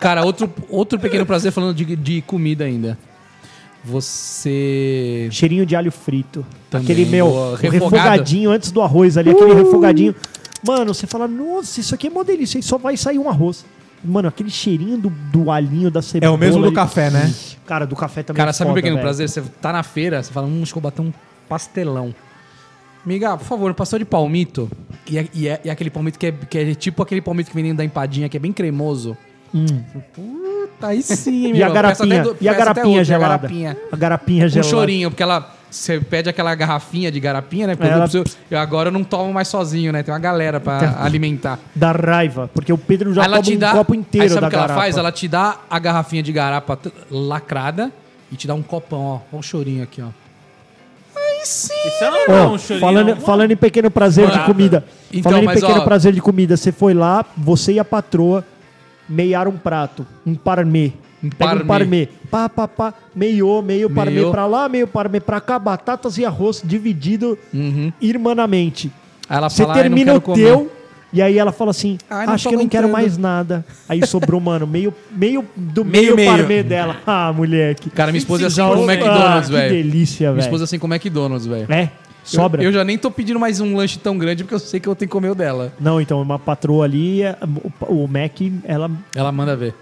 Speaker 4: Cara, outro, outro pequeno prazer falando de, de comida ainda. Você.
Speaker 3: Cheirinho de alho frito.
Speaker 4: Também,
Speaker 3: aquele meu
Speaker 4: boa.
Speaker 3: o
Speaker 4: Refogado.
Speaker 3: refogadinho antes do arroz ali, aquele Uh! refogadinho. Mano, você fala, nossa, isso aqui é mó delícia, e só vai sair um arroz. Mano, aquele cheirinho do, do alhinho da
Speaker 1: É
Speaker 3: cebola.
Speaker 1: o mesmo do
Speaker 3: ali.
Speaker 1: café, né?
Speaker 3: Cara, do café também
Speaker 4: Cara,
Speaker 3: é
Speaker 4: sabe o
Speaker 3: foda,
Speaker 4: pequeno
Speaker 3: velho.
Speaker 4: prazer? Você tá na feira, você fala, hum, acho que eu vou bater um pastelão. Miga, por favor, pastel de palmito. E é, e é- e é aquele palmito que é, que é tipo aquele palmito que vem dentro da empadinha, que é bem cremoso. Puta, aí sim,
Speaker 3: Hum. E a
Speaker 4: irmão. Peço até
Speaker 3: garapinha,
Speaker 4: do-
Speaker 3: e
Speaker 4: peço
Speaker 3: a
Speaker 4: até outra, e
Speaker 3: garapinha
Speaker 4: a
Speaker 3: gelada.
Speaker 4: garapinha.
Speaker 3: A garapinha
Speaker 4: Um
Speaker 3: gelada.
Speaker 4: chorinho, porque ela. Você pede aquela garrafinha de garapinha, né? Porque
Speaker 3: Ela-
Speaker 4: eu, preciso- eu agora não tomo mais sozinho, né? Tem uma galera pra alimentar.
Speaker 3: Da raiva, porque o Pedro já
Speaker 4: Aí ela
Speaker 3: toma
Speaker 4: te
Speaker 3: um
Speaker 4: dá.
Speaker 3: copo inteiro
Speaker 4: aí sabe
Speaker 3: da
Speaker 4: o que ela
Speaker 3: garapa.
Speaker 4: faz? Ela te dá a garrafinha de garapa t- lacrada e te dá um copão, ó. Ó um chorinho aqui, ó.
Speaker 5: Isso é um,
Speaker 3: Ó,
Speaker 5: um chorinho.
Speaker 3: falando,
Speaker 5: um-
Speaker 3: falando em pequeno prazer de
Speaker 5: Morada.
Speaker 3: comida.
Speaker 4: Então,
Speaker 3: falando em
Speaker 4: mas,
Speaker 3: pequeno
Speaker 4: ó-
Speaker 3: prazer de comida, você foi lá, você e a patroa meiaram um prato, um parmê.
Speaker 4: Um
Speaker 3: Pega um
Speaker 4: parmê.
Speaker 3: parmê. Pá, pá, pá. Meiou, meio parmê
Speaker 4: Meiou.
Speaker 3: pra lá, meio parmê pra cá, batatas e arroz dividido irmanamente.
Speaker 4: Aí Uhum. ela
Speaker 3: Você
Speaker 4: fala, "Ai, não
Speaker 3: termina
Speaker 4: quero
Speaker 3: o teu, e aí ela fala assim:
Speaker 4: Ai, não
Speaker 3: acho
Speaker 4: tô
Speaker 3: que eu não quero
Speaker 4: aguentando."
Speaker 3: mais nada. Aí sobrou, mano, meio, meio do meio,
Speaker 4: Meio, meio.
Speaker 3: parmê dela. Ah, moleque.
Speaker 4: Cara, minha esposa é assim
Speaker 5: Sim,
Speaker 4: com o
Speaker 5: sim.
Speaker 4: McDonald's,
Speaker 3: Ah,
Speaker 4: velho.
Speaker 3: Que delícia,
Speaker 4: Minha esposa é
Speaker 3: velho.
Speaker 4: assim com o McDonald's, velho.
Speaker 3: É, sobra.
Speaker 4: Eu, eu já nem tô pedindo mais um lanche tão grande porque eu sei que eu tenho que comer o dela.
Speaker 3: Não, então, uma patroa ali, é- o o Mac, ela,
Speaker 4: Ela manda ver.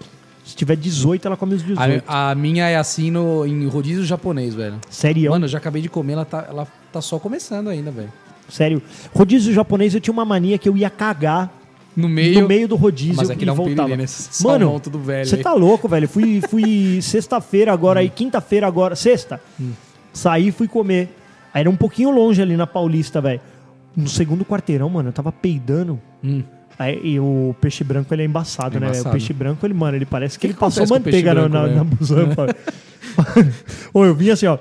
Speaker 3: se tiver 18, ela come os 18.
Speaker 4: A, a minha é assim no, em rodízio japonês, velho.
Speaker 3: Sério,
Speaker 4: Mano, eu já acabei de comer, ela tá, ela tá só começando ainda, velho.
Speaker 3: sério. Rodízio japonês, eu tinha uma mania que eu ia cagar
Speaker 4: No meio.
Speaker 3: no meio do rodízio
Speaker 4: Mas é que
Speaker 3: e
Speaker 4: dá um
Speaker 3: voltava.
Speaker 4: pirulí nesse
Speaker 3: Mano,
Speaker 4: salmão tudo velho
Speaker 3: você
Speaker 4: aí.
Speaker 3: tá louco, velho. Fui, fui sexta-feira agora, aí quinta-feira agora, sexta.
Speaker 4: Hum.
Speaker 3: Saí, fui comer. Aí era um pouquinho longe ali na Paulista, velho. No segundo quarteirão, mano, eu tava peidando. Aí, e o peixe branco, ele é embaçado, né? velho? O
Speaker 4: Hum. embaçado.
Speaker 3: peixe branco, ele, mano, ele parece que, ele
Speaker 4: que
Speaker 3: passou
Speaker 4: acontece com o peixe
Speaker 3: manteiga na,
Speaker 4: branco,
Speaker 3: na,
Speaker 4: velho?
Speaker 3: na buzana. Ô, eu vim assim, ó.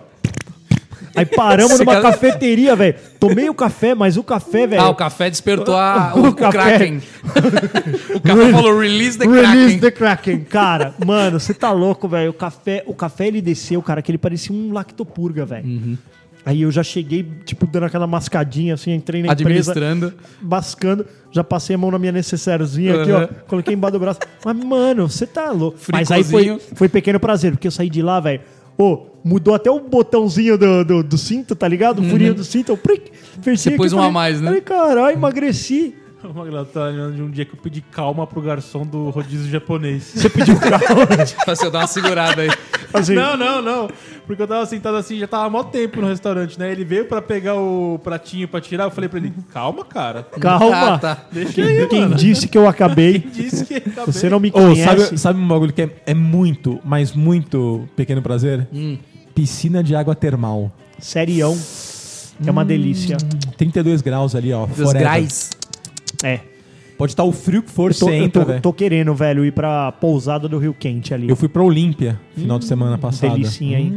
Speaker 3: Aí paramos
Speaker 4: Você
Speaker 3: numa
Speaker 4: casa-
Speaker 3: cafeteria, velho. Tomei o café, mas o café, velho.
Speaker 4: Ah, o café despertou a, o,
Speaker 3: O café.
Speaker 4: Kraken. o café falou release the
Speaker 3: Release
Speaker 4: Kraken.
Speaker 3: the Kraken, cara. Mano, você tá louco, velho. O café, o café ele desceu, cara, que ele parecia um lactopurga, velho.
Speaker 4: Uhum.
Speaker 3: Aí eu já cheguei, tipo, dando aquela mascadinha, assim, entrei na empresa,
Speaker 4: Administrando.
Speaker 3: mascando, já passei a mão na minha necessairezinha aqui, ó,
Speaker 4: Uhum.
Speaker 3: coloquei embaixo do braço. Mas, mano, você tá louco. Mas aí foi,
Speaker 4: Fricozinho.
Speaker 3: foi pequeno prazer, porque eu saí de lá, velho. Ô, mudou até o botãozinho do, do, do cinto, tá ligado? O furinho do cinto, eu pric, fechei aqui,
Speaker 4: Uhum. pôs um a
Speaker 3: falei,
Speaker 4: mais, né?
Speaker 3: Falei, caralho, emagreci.
Speaker 5: Uma galera tá lembrando de um dia que eu pedi calma pro garçom do rodízio japonês.
Speaker 4: Pra você dar uma segurada aí.
Speaker 3: Assim,
Speaker 5: Não, não, não. Porque eu tava sentado assim, já tava há mó tempo no restaurante, né? Ele veio pra pegar o pratinho pra tirar, eu falei pra ele, calma, cara.
Speaker 3: calma.
Speaker 4: Ah, tá.
Speaker 5: Deixa aí,
Speaker 3: Quem
Speaker 5: mano.
Speaker 3: disse que eu acabei?
Speaker 5: Disse que acabei.
Speaker 3: Você não me
Speaker 1: Ô,
Speaker 3: conhece.
Speaker 1: sabe, sabe um bagulho que é, é muito, mas muito pequeno prazer?
Speaker 3: Hum.
Speaker 1: Piscina de água termal.
Speaker 3: Serião. Que é uma delícia.
Speaker 1: Hum. 32 graus ali, ó.
Speaker 4: Dos
Speaker 1: forever.
Speaker 4: grais.
Speaker 3: É.
Speaker 1: Pode estar o frio que for,
Speaker 3: Eu tô,
Speaker 1: você
Speaker 3: eu
Speaker 1: entra,
Speaker 3: tô,
Speaker 1: velho.
Speaker 3: tô querendo, velho, ir pra pousada do Rio Quente ali.
Speaker 1: Eu fui pra Olímpia final de semana passada.
Speaker 3: Hum, Delicinha aí.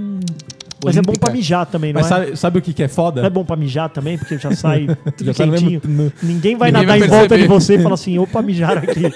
Speaker 3: Mas é bom pra
Speaker 1: Olímpica.
Speaker 3: mijar também, não
Speaker 1: Mas
Speaker 3: é?
Speaker 1: sabe, sabe o que, que é foda?
Speaker 3: Não é bom pra mijar também, porque já sai tudo
Speaker 1: Já sai no
Speaker 3: quentinho.
Speaker 1: mesmo- no-
Speaker 3: Ninguém vai
Speaker 4: Ninguém
Speaker 3: nadar
Speaker 4: vai
Speaker 3: em volta
Speaker 4: perceber.
Speaker 3: de você e falar assim, opa, mijar aqui.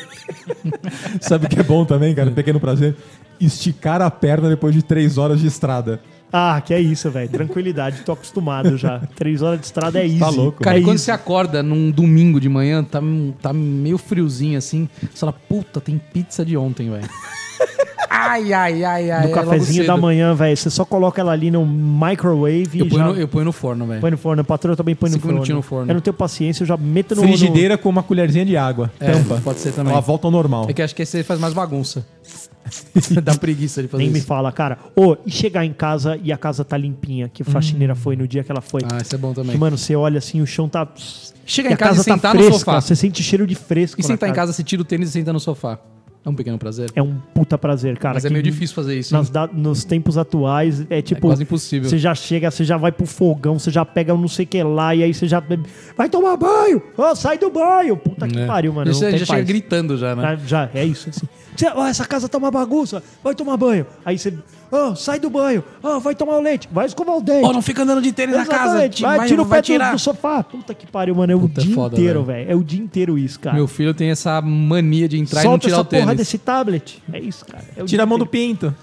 Speaker 1: Sabe o que é bom também,
Speaker 3: Hum.
Speaker 1: cara? Pequeno prazer. Esticar a perna depois de três horas de estrada.
Speaker 3: Ah, que é isso, velho. Tranquilidade, tô acostumado já. Três horas de estrada é easy.
Speaker 1: Tá louco.
Speaker 4: Cara,
Speaker 3: é
Speaker 4: e quando
Speaker 3: easy.
Speaker 4: você acorda num domingo de manhã, tá, tá meio friozinho assim, você fala, puta, tem pizza de ontem, velho. ai, ai, ai, ai.
Speaker 3: No
Speaker 4: é logo
Speaker 3: cafezinho
Speaker 4: cedo.
Speaker 3: da manhã, velho, você só coloca ela ali no microwave
Speaker 4: Eu
Speaker 3: e
Speaker 4: ponho,
Speaker 3: já...
Speaker 4: no, eu ponho no forno,
Speaker 3: Põe
Speaker 4: velho.
Speaker 3: no forno, a patroa também põe no
Speaker 4: Cinco
Speaker 3: forno.
Speaker 4: minutinhos no forno.
Speaker 3: Eu não tenho paciência, eu já meto no
Speaker 1: Frigideira com uma colherzinha de água.
Speaker 4: É,
Speaker 1: tampa.
Speaker 4: pode ser também.
Speaker 1: Ela volta ao normal.
Speaker 4: É que acho que aí você faz mais bagunça. Dá preguiça de
Speaker 3: no-
Speaker 4: fazer
Speaker 3: Nem me
Speaker 4: isso.
Speaker 3: fala, cara. Ô, e chegar em casa e a casa tá limpinha, que faxineira foi no dia que ela foi.
Speaker 4: Hum. Ah, isso é bom também.
Speaker 3: Que, mano, você olha assim, o chão tá.
Speaker 4: Chega
Speaker 3: e
Speaker 4: em
Speaker 3: a
Speaker 4: casa e
Speaker 3: tá
Speaker 4: sentar no
Speaker 3: fresca,
Speaker 4: sofá.
Speaker 3: Você sente cheiro de fresco.
Speaker 4: E
Speaker 3: na
Speaker 4: sentar em
Speaker 3: casa.
Speaker 4: casa, você tira o tênis e senta no sofá. É um pequeno prazer.
Speaker 3: É um puta prazer, cara.
Speaker 4: Mas é
Speaker 3: que
Speaker 4: meio difícil fazer isso. né?
Speaker 3: Nas da- nos tempos atuais, é tipo.
Speaker 4: quase impossível.
Speaker 3: Você já chega, você já vai pro fogão, você já pega um não sei o que lá, e aí você já. Vai tomar banho! Ô, sai do banho! Puta que
Speaker 4: É.
Speaker 3: pariu, mano.
Speaker 4: Você
Speaker 3: não
Speaker 4: já
Speaker 3: tem
Speaker 4: chega
Speaker 3: paz.
Speaker 4: gritando já, né?
Speaker 3: Ah, Já, é isso. Assim. Você, ó, essa casa tá uma bagunça, vai tomar banho. Aí você. Ô, sai do banho! Ó, vai tomar o leite, vai escovar o dente.
Speaker 4: Ó, não fica andando de tênis na casa.
Speaker 3: Exatamente.
Speaker 4: Ti-
Speaker 3: Vai,
Speaker 4: vai-
Speaker 3: tira o
Speaker 4: vai
Speaker 3: pé
Speaker 4: tirar.
Speaker 3: do, do sofá. Puta que pariu, mano. É o
Speaker 4: Puta, é
Speaker 3: dia
Speaker 4: foda,
Speaker 3: inteiro, velho. É o dia inteiro isso, cara.
Speaker 4: Meu filho tem essa mania de entrar
Speaker 3: Solta
Speaker 4: e não tirar
Speaker 3: essa
Speaker 4: o tênis.
Speaker 3: porra desse tablet. É isso, cara. É
Speaker 1: Tira
Speaker 3: o dia
Speaker 1: a mão do
Speaker 3: inteiro.
Speaker 1: pinto.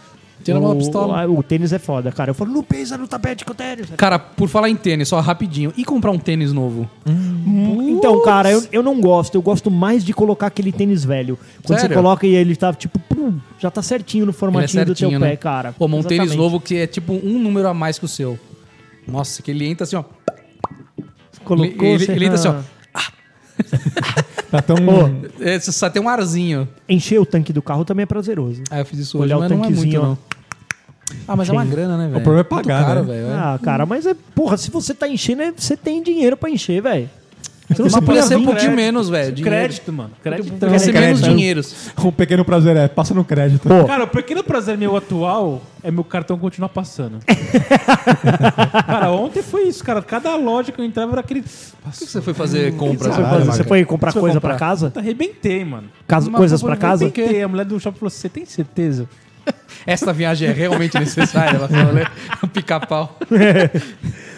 Speaker 4: Tira uma
Speaker 3: O-
Speaker 4: pistola.
Speaker 3: a- O, tênis é foda, cara. Eu falo, não pisa no tapete com o tênis.
Speaker 4: Cara, por falar em tênis, só rapidinho. E comprar um tênis novo?
Speaker 3: Então, cara, eu, eu não gosto. Eu gosto mais de colocar aquele tênis velho. Quando
Speaker 4: Sério?
Speaker 3: você coloca e ele tá, tipo, pum, já tá certinho no
Speaker 4: Ele
Speaker 3: formatinho do teu
Speaker 4: né?
Speaker 3: pé, cara.
Speaker 4: Pô, mas um tênis
Speaker 3: Exatamente.
Speaker 4: novo que é tipo um número a mais que o seu. Nossa, que ele entra assim, ó.
Speaker 3: Colocou,
Speaker 4: ele-
Speaker 3: você-
Speaker 4: ele entra assim, ó.
Speaker 3: ah,
Speaker 1: Tá tão.
Speaker 4: É, você só tem um arzinho.
Speaker 3: Encher o tanque do carro também é prazeroso.
Speaker 4: Ah, eu fiz isso hoje,
Speaker 3: Olhar
Speaker 4: mas
Speaker 3: o
Speaker 4: não é muito,
Speaker 3: tanquezinho,
Speaker 4: não. Ah, mas é uma
Speaker 3: Sim.
Speaker 4: grana, né, velho?
Speaker 1: problema é
Speaker 4: Muito
Speaker 1: pagar,
Speaker 4: caro,
Speaker 1: né?
Speaker 4: velho, é.
Speaker 3: Ah, cara, mas é. Porra, se você tá enchendo, é- você tem dinheiro pra encher, velho. Então Você né?
Speaker 4: Mas
Speaker 3: não
Speaker 4: podia ser um
Speaker 3: vinte.
Speaker 4: pouquinho menos, velho. dinheiro.
Speaker 5: Crédito, mano. Crédito.
Speaker 4: Podia ser menos
Speaker 1: Crédito.
Speaker 4: dinheiros.
Speaker 1: Um pequeno prazer é, passa no crédito.
Speaker 3: Pô,
Speaker 5: Cara, o pequeno prazer meu atual é meu cartão continuar passando. cara, ontem foi isso, cara. Cada loja que eu entrava era aquele.
Speaker 4: Por que você foi fazer compras?
Speaker 3: você, foi fazer- você foi comprar
Speaker 5: Você foi
Speaker 3: coisa
Speaker 5: comprar.
Speaker 3: pra casa?
Speaker 5: Puta, tá, arrebentei, mano.
Speaker 3: Casa-
Speaker 5: Mas,
Speaker 3: coisas
Speaker 5: pô,
Speaker 3: pra
Speaker 5: eu
Speaker 3: casa?
Speaker 5: Arrebentei. A mulher do shopping falou: Você tem certeza?
Speaker 4: Essa viagem é realmente necessária? Ela falou, né? Pica-pau.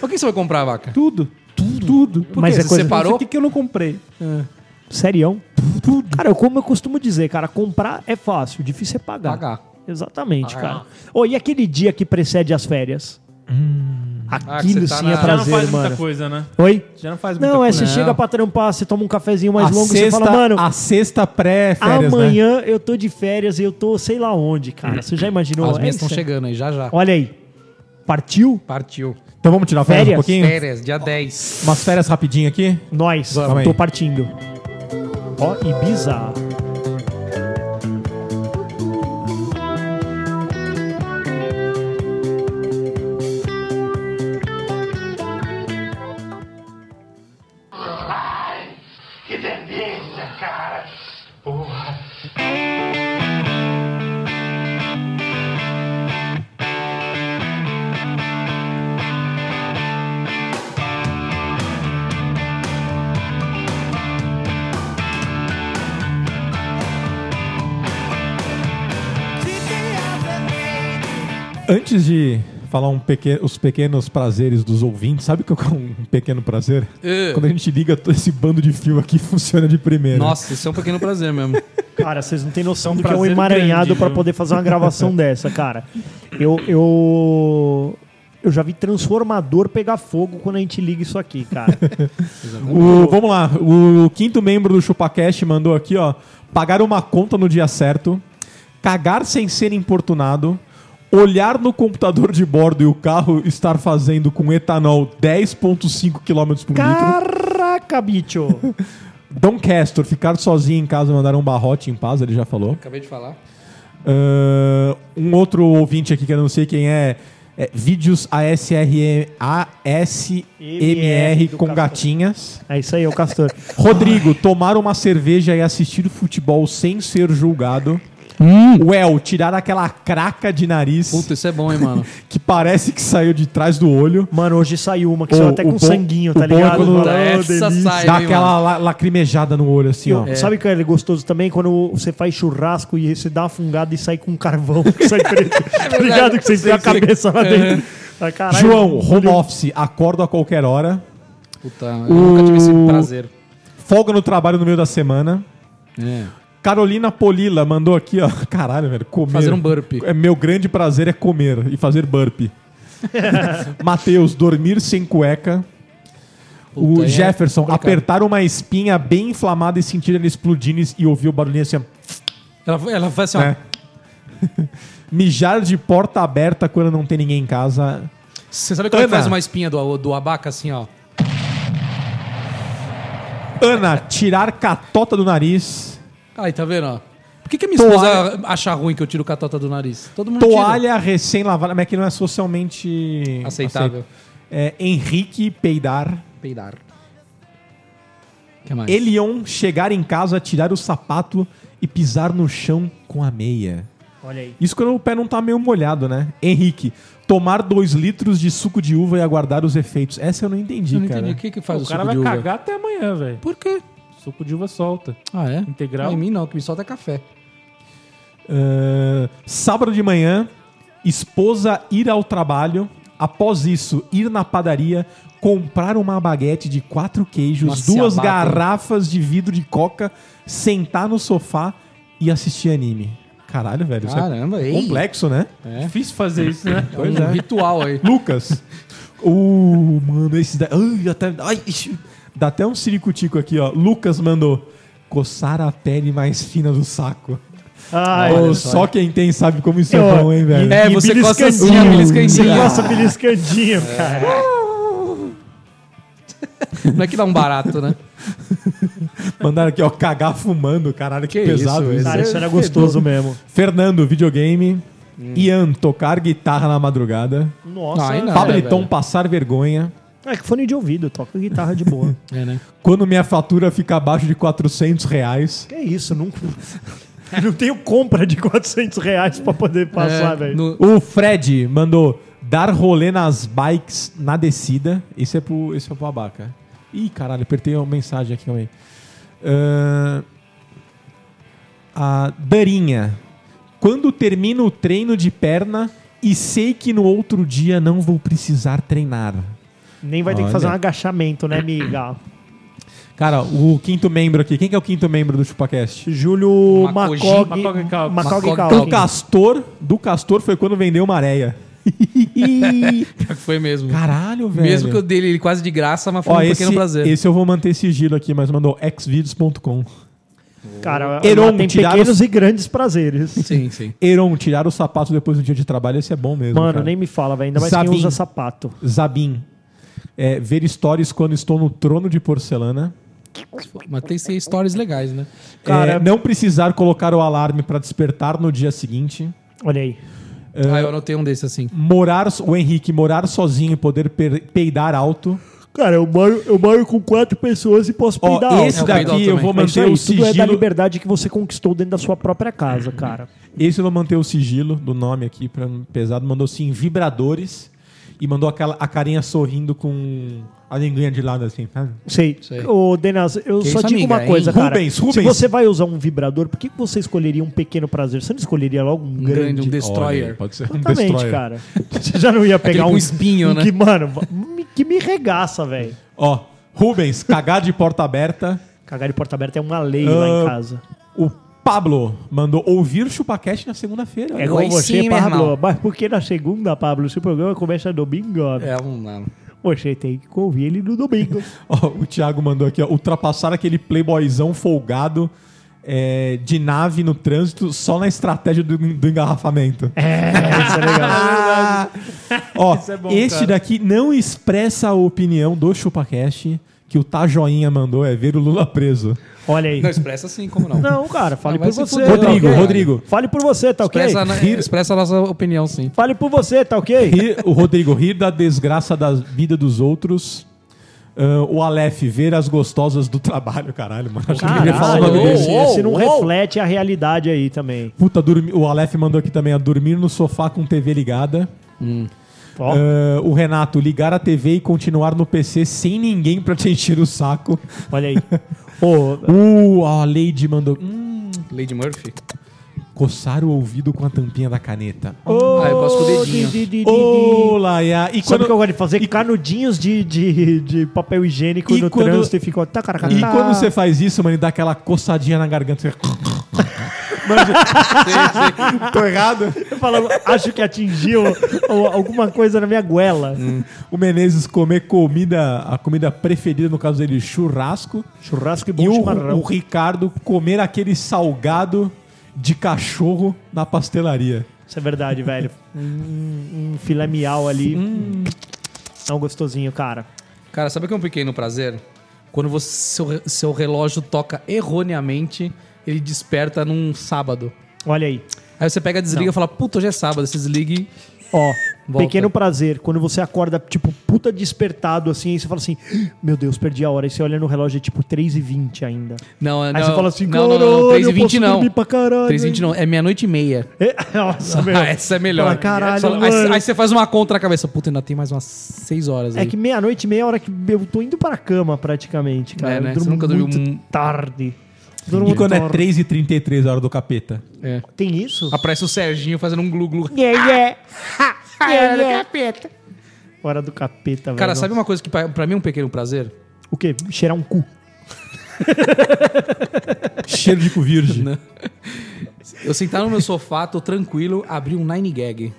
Speaker 4: o que você vai comprar, vaca?
Speaker 5: Tudo. Tudo. Tudo. Por
Speaker 3: Mas
Speaker 5: quê?
Speaker 3: é coisa-
Speaker 5: separou? O que, que eu não comprei?
Speaker 3: Serião? Cara, como eu costumo dizer, cara, comprar é fácil, difícil é pagar.
Speaker 4: Pagar.
Speaker 3: Exatamente,
Speaker 4: Pagar.
Speaker 3: cara. Ô, e aquele dia que precede as férias?
Speaker 4: Ah,
Speaker 3: Aquilo
Speaker 4: que você tá
Speaker 3: sim
Speaker 4: na- Já não
Speaker 3: é
Speaker 5: Já não
Speaker 3: prazer,
Speaker 5: faz muita
Speaker 3: mano.
Speaker 5: coisa, né?
Speaker 3: Oi?
Speaker 5: Já não faz muita
Speaker 3: Não, é
Speaker 5: coisa.
Speaker 3: você
Speaker 4: Não.
Speaker 3: chega pra trampar, você toma um cafezinho mais
Speaker 1: a,
Speaker 3: longo,
Speaker 1: sexta,
Speaker 3: você fala, mano,
Speaker 1: a sexta pré-férias, né?
Speaker 3: amanhã eu tô de férias e eu tô sei lá onde, cara. Você já imaginou?
Speaker 4: As minhas
Speaker 3: É
Speaker 4: estão
Speaker 3: isso, é.
Speaker 4: chegando aí, já já.
Speaker 3: Olha aí. Partiu?
Speaker 4: Partiu.
Speaker 1: Então vamos tirar férias, um
Speaker 3: Férias?
Speaker 1: pouquinho?
Speaker 4: Férias, dia 10.
Speaker 1: Umas férias rapidinho aqui?
Speaker 3: Nós.
Speaker 1: Vamos aí.
Speaker 3: Tô partindo. Ó, Ibiza.
Speaker 6: Ai, que delícia, cara. Porra.
Speaker 1: Antes de falar um peque- os pequenos prazeres dos ouvintes, sabe o que é um pequeno prazer?
Speaker 4: É.
Speaker 1: Quando a gente liga todo esse bando de fio aqui, funciona de primeira.
Speaker 4: Nossa, isso é um pequeno prazer mesmo.
Speaker 3: Cara, vocês não têm noção
Speaker 5: É um
Speaker 3: do que é um
Speaker 5: prazer
Speaker 3: emaranhado
Speaker 5: grande,
Speaker 3: pra
Speaker 5: viu?
Speaker 3: poder fazer uma gravação dessa, cara. Eu, eu, eu já vi transformador pegar fogo quando a gente liga isso aqui, cara.
Speaker 1: O- vamos lá, o quinto membro do ChupaCast mandou aqui, ó. Pagar uma conta no dia certo, cagar sem ser importunado, olhar no computador de bordo e o carro estar fazendo com etanol 10,5 km por litro.
Speaker 3: Caraca, bicho!
Speaker 1: Dom Castor, ficar sozinho em casa e mandar um barrote em paz, ele já falou.
Speaker 4: Acabei de falar.
Speaker 1: Ah, um outro ouvinte aqui que eu não sei quem é. é vídeos ASRM, ASMR
Speaker 3: do
Speaker 1: com
Speaker 3: Castor.
Speaker 1: gatinhas.
Speaker 3: É isso aí, o Castor.
Speaker 1: Rodrigo, tomar uma cerveja e assistir futebol sem ser julgado.
Speaker 3: Hum.
Speaker 1: Well, tirar aquela craca de nariz
Speaker 4: Puta, isso é bom, hein, mano.
Speaker 1: que parece que saiu de trás do olho.
Speaker 3: Mano, hoje saiu uma que
Speaker 1: O-
Speaker 3: saiu até
Speaker 1: o
Speaker 3: com
Speaker 1: bom-
Speaker 3: sanguinho,
Speaker 1: o
Speaker 3: tá
Speaker 1: bom é
Speaker 3: ligado?
Speaker 1: quando-
Speaker 3: Mano,
Speaker 4: Essa
Speaker 3: delícia.
Speaker 4: sai,
Speaker 1: Dá
Speaker 4: hein,
Speaker 1: aquela
Speaker 4: mano.
Speaker 1: la- lacrimejada no olho, assim, ó.
Speaker 3: Sabe o que é gostoso também? Quando você faz churrasco e você dá uma fungada e sai com um carvão que sai preto. tá ligado? Que você enfia a
Speaker 4: É Sim, sim.
Speaker 3: cabeça lá dentro. Ah, caralho,
Speaker 1: João, home office, acordo a qualquer hora.
Speaker 4: Puta, eu nunca tive esse prazer.
Speaker 1: Folga no trabalho no meio da semana.
Speaker 4: É.
Speaker 1: Carolina Polila mandou aqui, ó. Caralho, velho. Comer.
Speaker 4: Fazer um burpee.
Speaker 1: É, meu grande prazer é comer e fazer burpee. Matheus, dormir sem cueca.
Speaker 4: Puta,
Speaker 1: o
Speaker 4: aí é
Speaker 1: Jefferson,
Speaker 4: complicado.
Speaker 1: apertar uma espinha bem inflamada e sentir ela explodindo e- e ouvir o barulhinho assim, ó,
Speaker 4: Ela, ela faz assim, ó.
Speaker 1: né? Mijar de porta aberta quando não tem ninguém em casa.
Speaker 4: Você sabe quando
Speaker 1: Ana.
Speaker 4: faz uma espinha do, do abaca assim, ó?
Speaker 1: Ana, tirar catota do nariz.
Speaker 4: Aí, tá vendo, ó? Por que, que a minha esposa
Speaker 1: Toalha.
Speaker 4: acha ruim que eu tiro catota do nariz? Todo mundo tira.
Speaker 1: Toalha recém-lavada, mas que não é socialmente
Speaker 4: Aceitável.
Speaker 1: aceito. É, Henrique peidar.
Speaker 4: Peidar. que mais?
Speaker 1: Elion chegar em casa, tirar o sapato e pisar no chão com a meia.
Speaker 3: Olha aí.
Speaker 1: Isso quando o pé não tá meio molhado, né? Henrique, tomar dois litros de suco de uva e aguardar os efeitos. Essa eu não entendi,
Speaker 4: Eu não
Speaker 1: né? cara.
Speaker 4: entendi. O que, que faz o,
Speaker 5: O cara
Speaker 4: suco
Speaker 5: vai
Speaker 4: de uva?
Speaker 5: cagar até amanhã, velho.
Speaker 4: Por quê?
Speaker 5: Suco de uva solta.
Speaker 4: Ah, é?
Speaker 5: Integral.
Speaker 4: Em mim não, o que me solta é café.
Speaker 1: Ah, sábado de manhã, esposa ir ao trabalho. Após isso, ir na padaria, comprar uma baguete de quatro queijos,
Speaker 4: Nossa,
Speaker 1: duas
Speaker 4: abata, hein?
Speaker 1: garrafas de vidro de coca, sentar no sofá e assistir anime. Caralho, velho. isso é
Speaker 4: Caramba, ei.
Speaker 1: complexo, né?
Speaker 4: É.
Speaker 5: Difícil fazer isso, né?
Speaker 4: É um ritual aí.
Speaker 1: Lucas. Ô, mano, esse da... Ai, até... Ai, ixi. Dá até um ciricutico aqui, ó. Lucas mandou coçar a pele mais fina do saco.
Speaker 3: Ai,
Speaker 1: Ô,
Speaker 4: olha só.
Speaker 1: só. quem tem sabe como isso é bom, hein, velho?
Speaker 4: É, você coça assim,
Speaker 3: beliscandinho.
Speaker 4: a beliscandinha.
Speaker 3: Você coça beliscandinho, cara.
Speaker 4: Não é que dá um barato, né?
Speaker 1: Mandaram aqui, ó, cagar fumando, caralho, que,
Speaker 4: Que
Speaker 1: pesado
Speaker 4: isso,
Speaker 1: isso.
Speaker 3: Cara, isso era gostoso mesmo.
Speaker 1: Fernando, videogame.
Speaker 4: Hum.
Speaker 1: Ian, tocar guitarra na madrugada.
Speaker 3: Nossa.
Speaker 4: Não, aí não. Ah,
Speaker 1: Pabliton,
Speaker 4: velho.
Speaker 1: passar vergonha.
Speaker 3: É que fone de ouvido, toca guitarra de boa.
Speaker 4: É, né?
Speaker 1: Quando minha fatura fica abaixo de 400 reais.
Speaker 3: que isso, não, não tenho compra de 400 reais pra
Speaker 4: É,
Speaker 3: poder passar, velho.
Speaker 4: no-
Speaker 1: O Fred mandou dar rolê nas bikes na descida. Esse é pro, esse é pro abaca. Ih, caralho, apertei uma mensagem aqui também. a Darinha. Quando termino o treino de perna e sei que no outro dia não vou precisar treinar.
Speaker 3: Nem vai ter que
Speaker 1: Olha.
Speaker 3: fazer um agachamento, né, amiga?
Speaker 1: Cara, o quinto membro aqui. Quem que é o quinto membro do ChupaCast?
Speaker 3: Júlio
Speaker 4: Macogi-
Speaker 3: Macog.
Speaker 5: Macog Calvin.
Speaker 3: Macog
Speaker 4: Macog
Speaker 1: Do
Speaker 3: Calvin.
Speaker 1: Castor. Do Castor foi quando vendeu uma areia.
Speaker 4: Foi mesmo.
Speaker 1: Caralho, velho.
Speaker 4: mesmo que eu dei ele quase de graça, mas foi
Speaker 1: Ó,
Speaker 4: um
Speaker 1: esse,
Speaker 4: pequeno prazer.
Speaker 1: esse eu vou manter sigilo aqui, mas mandou xvideos.com.
Speaker 3: Cara,
Speaker 1: Heron,
Speaker 3: lá tem
Speaker 1: tiraram
Speaker 3: pequenos
Speaker 1: os-
Speaker 3: e grandes prazeres.
Speaker 4: Sim, sim.
Speaker 1: Heron, tirar o sapato depois do dia de trabalho, esse é bom mesmo.
Speaker 3: Mano,
Speaker 1: cara.
Speaker 3: nem me fala, velho. Ainda mais
Speaker 1: Zabin.
Speaker 3: quem usa sapato.
Speaker 1: Zabin. É, ver stories quando estou no trono de porcelana.
Speaker 4: Mas tem ser stories legais, né?
Speaker 3: Cara-
Speaker 1: É, não precisar colocar o alarme para despertar no dia seguinte.
Speaker 3: Olha aí.
Speaker 1: É.
Speaker 4: Ah, eu anotei um desses assim.
Speaker 1: Morar, o Henrique, morar sozinho e poder per- peidar alto.
Speaker 3: Cara, eu moro, eu moro com quatro pessoas e posso
Speaker 1: Ó,
Speaker 3: peidar
Speaker 1: esse
Speaker 4: É, o peidar
Speaker 1: daqui eu
Speaker 4: também.
Speaker 1: vou
Speaker 3: Mas isso
Speaker 1: manter
Speaker 3: aí,
Speaker 1: o
Speaker 3: tudo é da
Speaker 1: sigilo.
Speaker 3: liberdade que você conquistou dentro da sua própria casa, cara.
Speaker 1: Esse eu vou manter o sigilo do nome aqui para pesado. Mandou sim vibradores e mandou aquela a carinha sorrindo com a linguinha de lado assim. sabe?
Speaker 3: Sei.
Speaker 4: Sei.
Speaker 3: Ô, Denas, eu
Speaker 4: Que
Speaker 3: só
Speaker 4: isso,
Speaker 3: digo
Speaker 4: amiga,
Speaker 3: uma coisa,
Speaker 1: hein?
Speaker 3: cara.
Speaker 1: Rubens,
Speaker 3: Se
Speaker 1: Rubens.
Speaker 3: você vai usar um vibrador, por que que você escolheria um pequeno prazer? Você não escolheria logo um
Speaker 4: Um grande,
Speaker 3: grande?
Speaker 4: um
Speaker 1: Olha,
Speaker 4: destroyer.
Speaker 1: pode ser um
Speaker 3: Exatamente,
Speaker 1: destroyer.
Speaker 3: cara. Você já não ia pegar
Speaker 4: com
Speaker 3: um
Speaker 4: espinho,
Speaker 3: um
Speaker 4: né?
Speaker 3: Que, mano, me- que me regaça, velho.
Speaker 1: Ó, Rubens, cagar de porta aberta.
Speaker 3: Cagar de porta aberta é uma lei lá em
Speaker 1: Ah,
Speaker 3: casa.
Speaker 1: O Pablo mandou ouvir o ChupaCast na segunda-feira.
Speaker 3: É
Speaker 1: Olha.
Speaker 3: igual
Speaker 4: aí
Speaker 3: você,
Speaker 4: sim, meu
Speaker 3: Pablo.
Speaker 4: irmão.
Speaker 3: Mas porque na segunda, Pablo, se o programa começa domingo,
Speaker 4: É, um, não.
Speaker 3: você tem que ouvir ele no domingo.
Speaker 1: Ó, o Thiago mandou aqui, ó, ultrapassar aquele playboyzão folgado é, de nave no trânsito só na estratégia do, do engarrafamento.
Speaker 3: Isso é legal.
Speaker 1: Ó,
Speaker 5: Isso é bom,
Speaker 1: este
Speaker 5: cara.
Speaker 1: daqui não expressa a opinião do ChupaCast que o Tá Joinha mandou, é ver o Lula preso.
Speaker 3: Olha aí.
Speaker 4: Não, expressa assim, como não?
Speaker 3: Não, cara, fale
Speaker 4: Não, vai
Speaker 3: por
Speaker 4: se
Speaker 3: você.
Speaker 4: fuder,
Speaker 3: tá
Speaker 1: Rodrigo,
Speaker 3: ok?
Speaker 1: Rodrigo.
Speaker 3: Fale por você, tá ok?
Speaker 4: Expressa, na- expressa a nossa opinião, sim.
Speaker 3: Fale por você, tá ok?
Speaker 1: Rir- o Rodrigo, rir da desgraça da vida dos outros. Ah, o Aleph, ver as gostosas do trabalho, caralho, mano. Acho que
Speaker 3: Caralho,
Speaker 1: deveria falar o nome
Speaker 4: ô,
Speaker 1: dele.
Speaker 3: esse,
Speaker 4: ô,
Speaker 3: esse não
Speaker 4: ô.
Speaker 3: reflete a realidade aí também.
Speaker 1: Puta, dormi- o Aleph mandou aqui também, a dormir no sofá com TV ligada.
Speaker 3: Hum. Ó,
Speaker 1: Ah, o Renato, ligar a TV e continuar no PC sem ninguém pra te encher o saco.
Speaker 3: olha aí. Ô,
Speaker 1: Uh, a Lady mandou hum,
Speaker 4: Lady Murphy.
Speaker 1: coçar o ouvido com a tampinha da caneta.
Speaker 4: Ah,
Speaker 1: É,
Speaker 4: eu gosto com o dedinho.
Speaker 3: di, di, di, di,
Speaker 1: Ô,
Speaker 3: di.
Speaker 1: Laia. E
Speaker 3: Sabe o
Speaker 1: quando,
Speaker 3: que eu gosto de fazer? Canudinhos de, de, de papel higiênico
Speaker 1: E
Speaker 3: no
Speaker 1: quando-
Speaker 3: trânsito e ficou. Tá, cara, cara,
Speaker 1: e
Speaker 3: tá.
Speaker 1: quando você faz isso, mano, e dá aquela coçadinha na garganta. Você... Tô errado?
Speaker 3: Eu falo, acho que atingiu ou alguma coisa na minha goela.
Speaker 1: Hum. O Menezes comer comida, a comida preferida, no caso dele, churrasco.
Speaker 3: Churrasco e bom
Speaker 1: E o,
Speaker 3: chimarrão.
Speaker 1: o Ricardo comer aquele salgado de cachorro na pastelaria.
Speaker 3: Isso é verdade, velho. Um, um filé miau ali.
Speaker 4: Hum.
Speaker 3: É um gostosinho, cara.
Speaker 4: Cara, sabe o que é um pequeno prazer? Quando você, seu, re- seu relógio toca erroneamente, ele desperta num sábado.
Speaker 3: Olha aí.
Speaker 4: Aí você pega, desliga e fala, puta, hoje é sábado. Você desliga e
Speaker 3: Ó,
Speaker 4: Volta.
Speaker 3: Pequeno prazer, quando você acorda, tipo, puta despertado, assim, aí você fala assim, meu Deus, perdi a hora. Aí você olha no relógio, é tipo 3h20 ainda.
Speaker 4: Não,
Speaker 3: Aí
Speaker 4: não,
Speaker 3: você fala assim,
Speaker 4: não, não, não,
Speaker 3: "Caralho,
Speaker 4: 3 e
Speaker 3: eu
Speaker 4: 20
Speaker 3: posso
Speaker 4: não.
Speaker 3: dormir pra caralho
Speaker 4: 3 e 20 não, é meia-noite e meia.
Speaker 3: É, Nossa, meu.
Speaker 4: Ah, essa é melhor.
Speaker 3: Fala, caralho,
Speaker 4: Fala- aí,
Speaker 3: mano.
Speaker 4: aí você faz uma conta na cabeça. Puta, ainda tem mais umas 6 horas
Speaker 3: É
Speaker 4: aí.
Speaker 3: que meia-noite e meia é a hora que eu tô indo pra cama praticamente, cara.
Speaker 4: É, né?
Speaker 3: Eu durmo
Speaker 4: Você nunca dormiu
Speaker 3: muito
Speaker 4: um-
Speaker 3: tarde. Eu durmo
Speaker 1: E quando é
Speaker 3: tarde.
Speaker 1: 3h33 a hora do capeta?
Speaker 4: É.
Speaker 3: Tem isso?
Speaker 4: Aparece o Serginho fazendo um glu-glu.
Speaker 3: Yeah, yeah. yeah, yeah. Hora do capeta, velho.
Speaker 4: Cara, sabe uma coisa que pra, pra mim é um pequeno prazer?
Speaker 3: O quê? Cheirar um cu.
Speaker 1: Cheiro de cu virgem.
Speaker 4: Eu sentar no meu sofá, tô tranquilo, abrir um Nine Gag.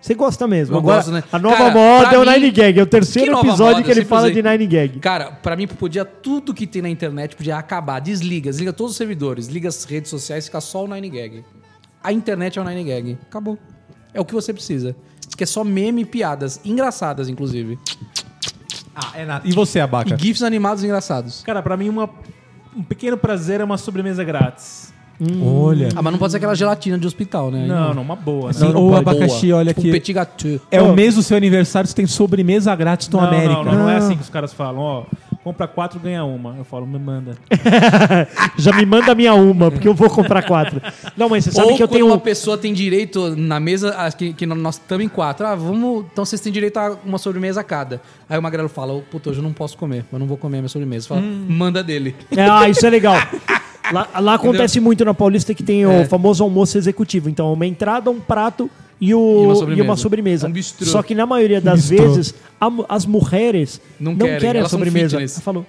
Speaker 3: Você gosta mesmo.
Speaker 4: Eu
Speaker 3: Agora,
Speaker 4: gosto, né?
Speaker 3: a nova
Speaker 4: Cara,
Speaker 3: moda
Speaker 4: pra
Speaker 3: é o
Speaker 4: mim-
Speaker 3: Nine Gag. É o
Speaker 4: Que
Speaker 3: terceiro
Speaker 4: nova
Speaker 3: episódio
Speaker 4: moda, assim.
Speaker 3: que ele
Speaker 4: eu
Speaker 3: fala
Speaker 4: sempre
Speaker 3: de Nine Gag.
Speaker 4: Cara, pra mim podia tudo que tem na internet podia acabar. Desliga, desliga todos os servidores, liga as redes sociais, fica só o Nine Gag. A internet é o Nine Gag. Acabou. É o que você precisa. Que é só meme e piadas. Engraçadas, inclusive.
Speaker 1: Ah, é nada. E você, Abaca?
Speaker 4: E GIFs animados engraçados.
Speaker 5: Cara, pra mim, uma- um pequeno prazer é uma sobremesa grátis.
Speaker 1: Olha. Assim,
Speaker 4: Ah, mas não pode ser aquela gelatina de hospital, né?
Speaker 5: Não, não, uma boa, né?
Speaker 1: Sim,
Speaker 4: não
Speaker 1: ou
Speaker 4: pode.
Speaker 1: abacaxi,
Speaker 4: Boa.
Speaker 1: olha
Speaker 4: tipo
Speaker 1: que-
Speaker 4: Um petit gâteau.
Speaker 1: É o mês do seu aniversário, você tem sobremesa grátis no
Speaker 5: não,
Speaker 1: América.
Speaker 5: Não, não, não é assim que os caras falam, ó. Compra quatro, ganha uma. Eu falo, me manda.
Speaker 3: Já me manda a minha uma, porque eu vou comprar quatro. Não, mas você sabe
Speaker 4: Ou
Speaker 3: que eu
Speaker 4: quando
Speaker 3: tenho... um-
Speaker 4: uma pessoa tem direito na mesa, ah, que, que nós estamos em quatro. Ah, vamos. Então vocês têm direito a uma sobremesa a cada. Aí uma galera fala, "Ô, puta, hoje eu não posso comer, eu não vou comer a minha sobremesa. Fala,
Speaker 5: Hum.
Speaker 4: manda dele.
Speaker 3: É, ah, isso é legal. Lá, lá acontece muito na Paulista que tem
Speaker 4: É.
Speaker 3: o famoso almoço executivo. Então, uma entrada, um prato e, o, e,
Speaker 4: uma
Speaker 3: uma,
Speaker 4: sobremesa.
Speaker 3: sobremesa.
Speaker 4: Um bistrô. Um
Speaker 3: Só que na maioria das
Speaker 1: Bistrô.
Speaker 3: vezes, a mu- as mulheres
Speaker 4: Não
Speaker 3: não,
Speaker 4: querem,
Speaker 3: querem, a
Speaker 4: elas são
Speaker 3: sobremesa. Ela
Speaker 4: fitness.
Speaker 3: falou,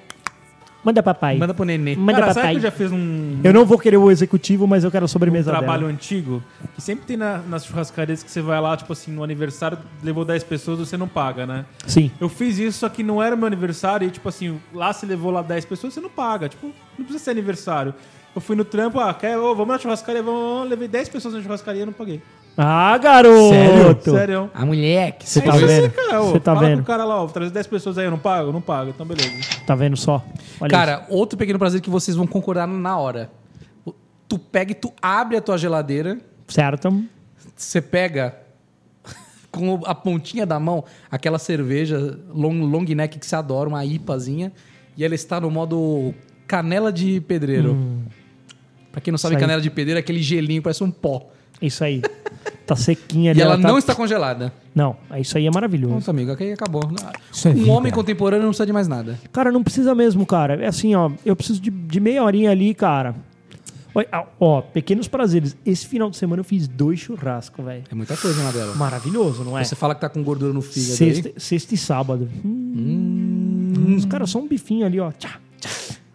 Speaker 3: manda papai.
Speaker 4: Manda pro nenê.
Speaker 3: Manda
Speaker 5: Cara, sabe
Speaker 3: papai.
Speaker 5: que eu
Speaker 3: Eu,
Speaker 5: já fiz um
Speaker 3: não vou querer o executivo, mas eu quero a
Speaker 4: Um
Speaker 3: sobremesa
Speaker 5: trabalho
Speaker 3: dela.
Speaker 5: antigo? Que sempre tem na- nas churrascarias que você vai lá, tipo assim, no aniversário, levou 10 pessoas, você não paga, né?
Speaker 3: Sim.
Speaker 5: Eu fiz isso, só que não era meu aniversário. E, tipo assim, lá se levou lá 10 pessoas, você não paga. Tipo, não precisa ser aniversário. Eu fui no trampo, ah, quer, ô, vamos na churrascaria, vamos, vamos. Levei 10 pessoas na churrascaria e não paguei.
Speaker 3: Ah, garoto!
Speaker 5: Sério.
Speaker 4: A mulher que
Speaker 3: Você
Speaker 5: É
Speaker 3: tá
Speaker 5: isso assim,
Speaker 3: vendo?
Speaker 5: cara, ô,
Speaker 3: Você tá
Speaker 5: fala
Speaker 3: vendo?
Speaker 5: com o cara lá, ó, traz 10 pessoas aí, eu não pago? Eu não pago, então beleza.
Speaker 3: Tá vendo só? Olha
Speaker 4: Cara, outro pequeno prazer que vocês vão concordar na hora. O- Tu pega e tu abre a tua geladeira,
Speaker 3: isso. certo.
Speaker 4: você pega com o- a pontinha da mão aquela cerveja long, long neck que você adora, uma IPAzinha, e ela está no modo canela de pedreiro. Pra quem não sabe,
Speaker 3: Hum. Isso aí.
Speaker 4: canela de pedreiro é aquele gelinho, que parece um pó.
Speaker 3: Isso aí. Tá sequinha ali.
Speaker 4: E ela
Speaker 3: tá-
Speaker 4: não está congelada.
Speaker 3: Não, isso aí é maravilhoso.
Speaker 4: Pronto, amigo, aqui acabou.
Speaker 1: Isso é
Speaker 4: um
Speaker 1: vida.
Speaker 4: homem contemporâneo não precisa de mais nada.
Speaker 3: Cara, não precisa mesmo, cara. É assim, ó. Eu preciso de, de meia horinha ali, cara. Ó, ó, pequenos prazeres. Esse final de semana eu fiz dois churrascos, velho.
Speaker 4: É muita coisa, Madela.
Speaker 3: Maravilhoso, não é?
Speaker 4: Você fala que tá com gordura no fígado aí.
Speaker 3: Sexta, sexta e sábado. Hum. Os caras só um bifinho ali, ó. Tchá, tchá.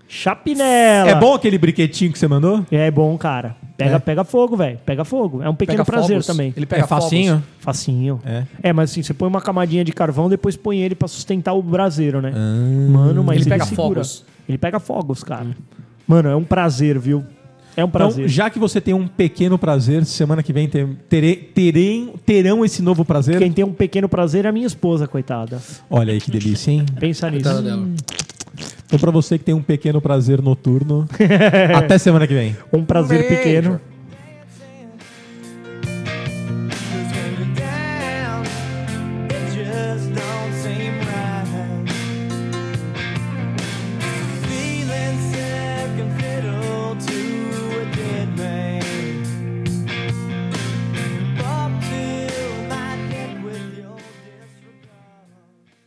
Speaker 3: Chapinela.
Speaker 1: É bom aquele briquetinho que você mandou?
Speaker 3: É bom, cara. Pega, pega fogo, velho. Pega fogo. É um pequeno
Speaker 4: É. Pega
Speaker 3: prazer
Speaker 4: fogos.
Speaker 3: também.
Speaker 4: Ele pega
Speaker 1: é facinho?
Speaker 4: fogos.
Speaker 3: Facinho.
Speaker 1: É.
Speaker 3: mas assim, você põe uma camadinha de carvão, depois põe ele pra sustentar o braseiro, né?
Speaker 1: Ah.
Speaker 3: Mano, mas
Speaker 4: Ele
Speaker 3: ele,
Speaker 4: pega
Speaker 3: segura.
Speaker 4: fogos. Hum.
Speaker 3: Ele pega fogos, cara. Mano, é um prazer, viu? É um
Speaker 1: Então,
Speaker 3: prazer.
Speaker 1: já que você tem um pequeno prazer, semana que vem ter, terei- terem- terão esse novo prazer.
Speaker 3: Quem tem um pequeno prazer é a minha esposa, coitada.
Speaker 1: Olha aí que delícia, hein?
Speaker 3: Pensa nisso.
Speaker 4: Coitada dela.
Speaker 1: Então, pra você que tem um pequeno prazer noturno, até semana que vem.
Speaker 3: Um prazer
Speaker 4: Beijo.
Speaker 3: pequeno.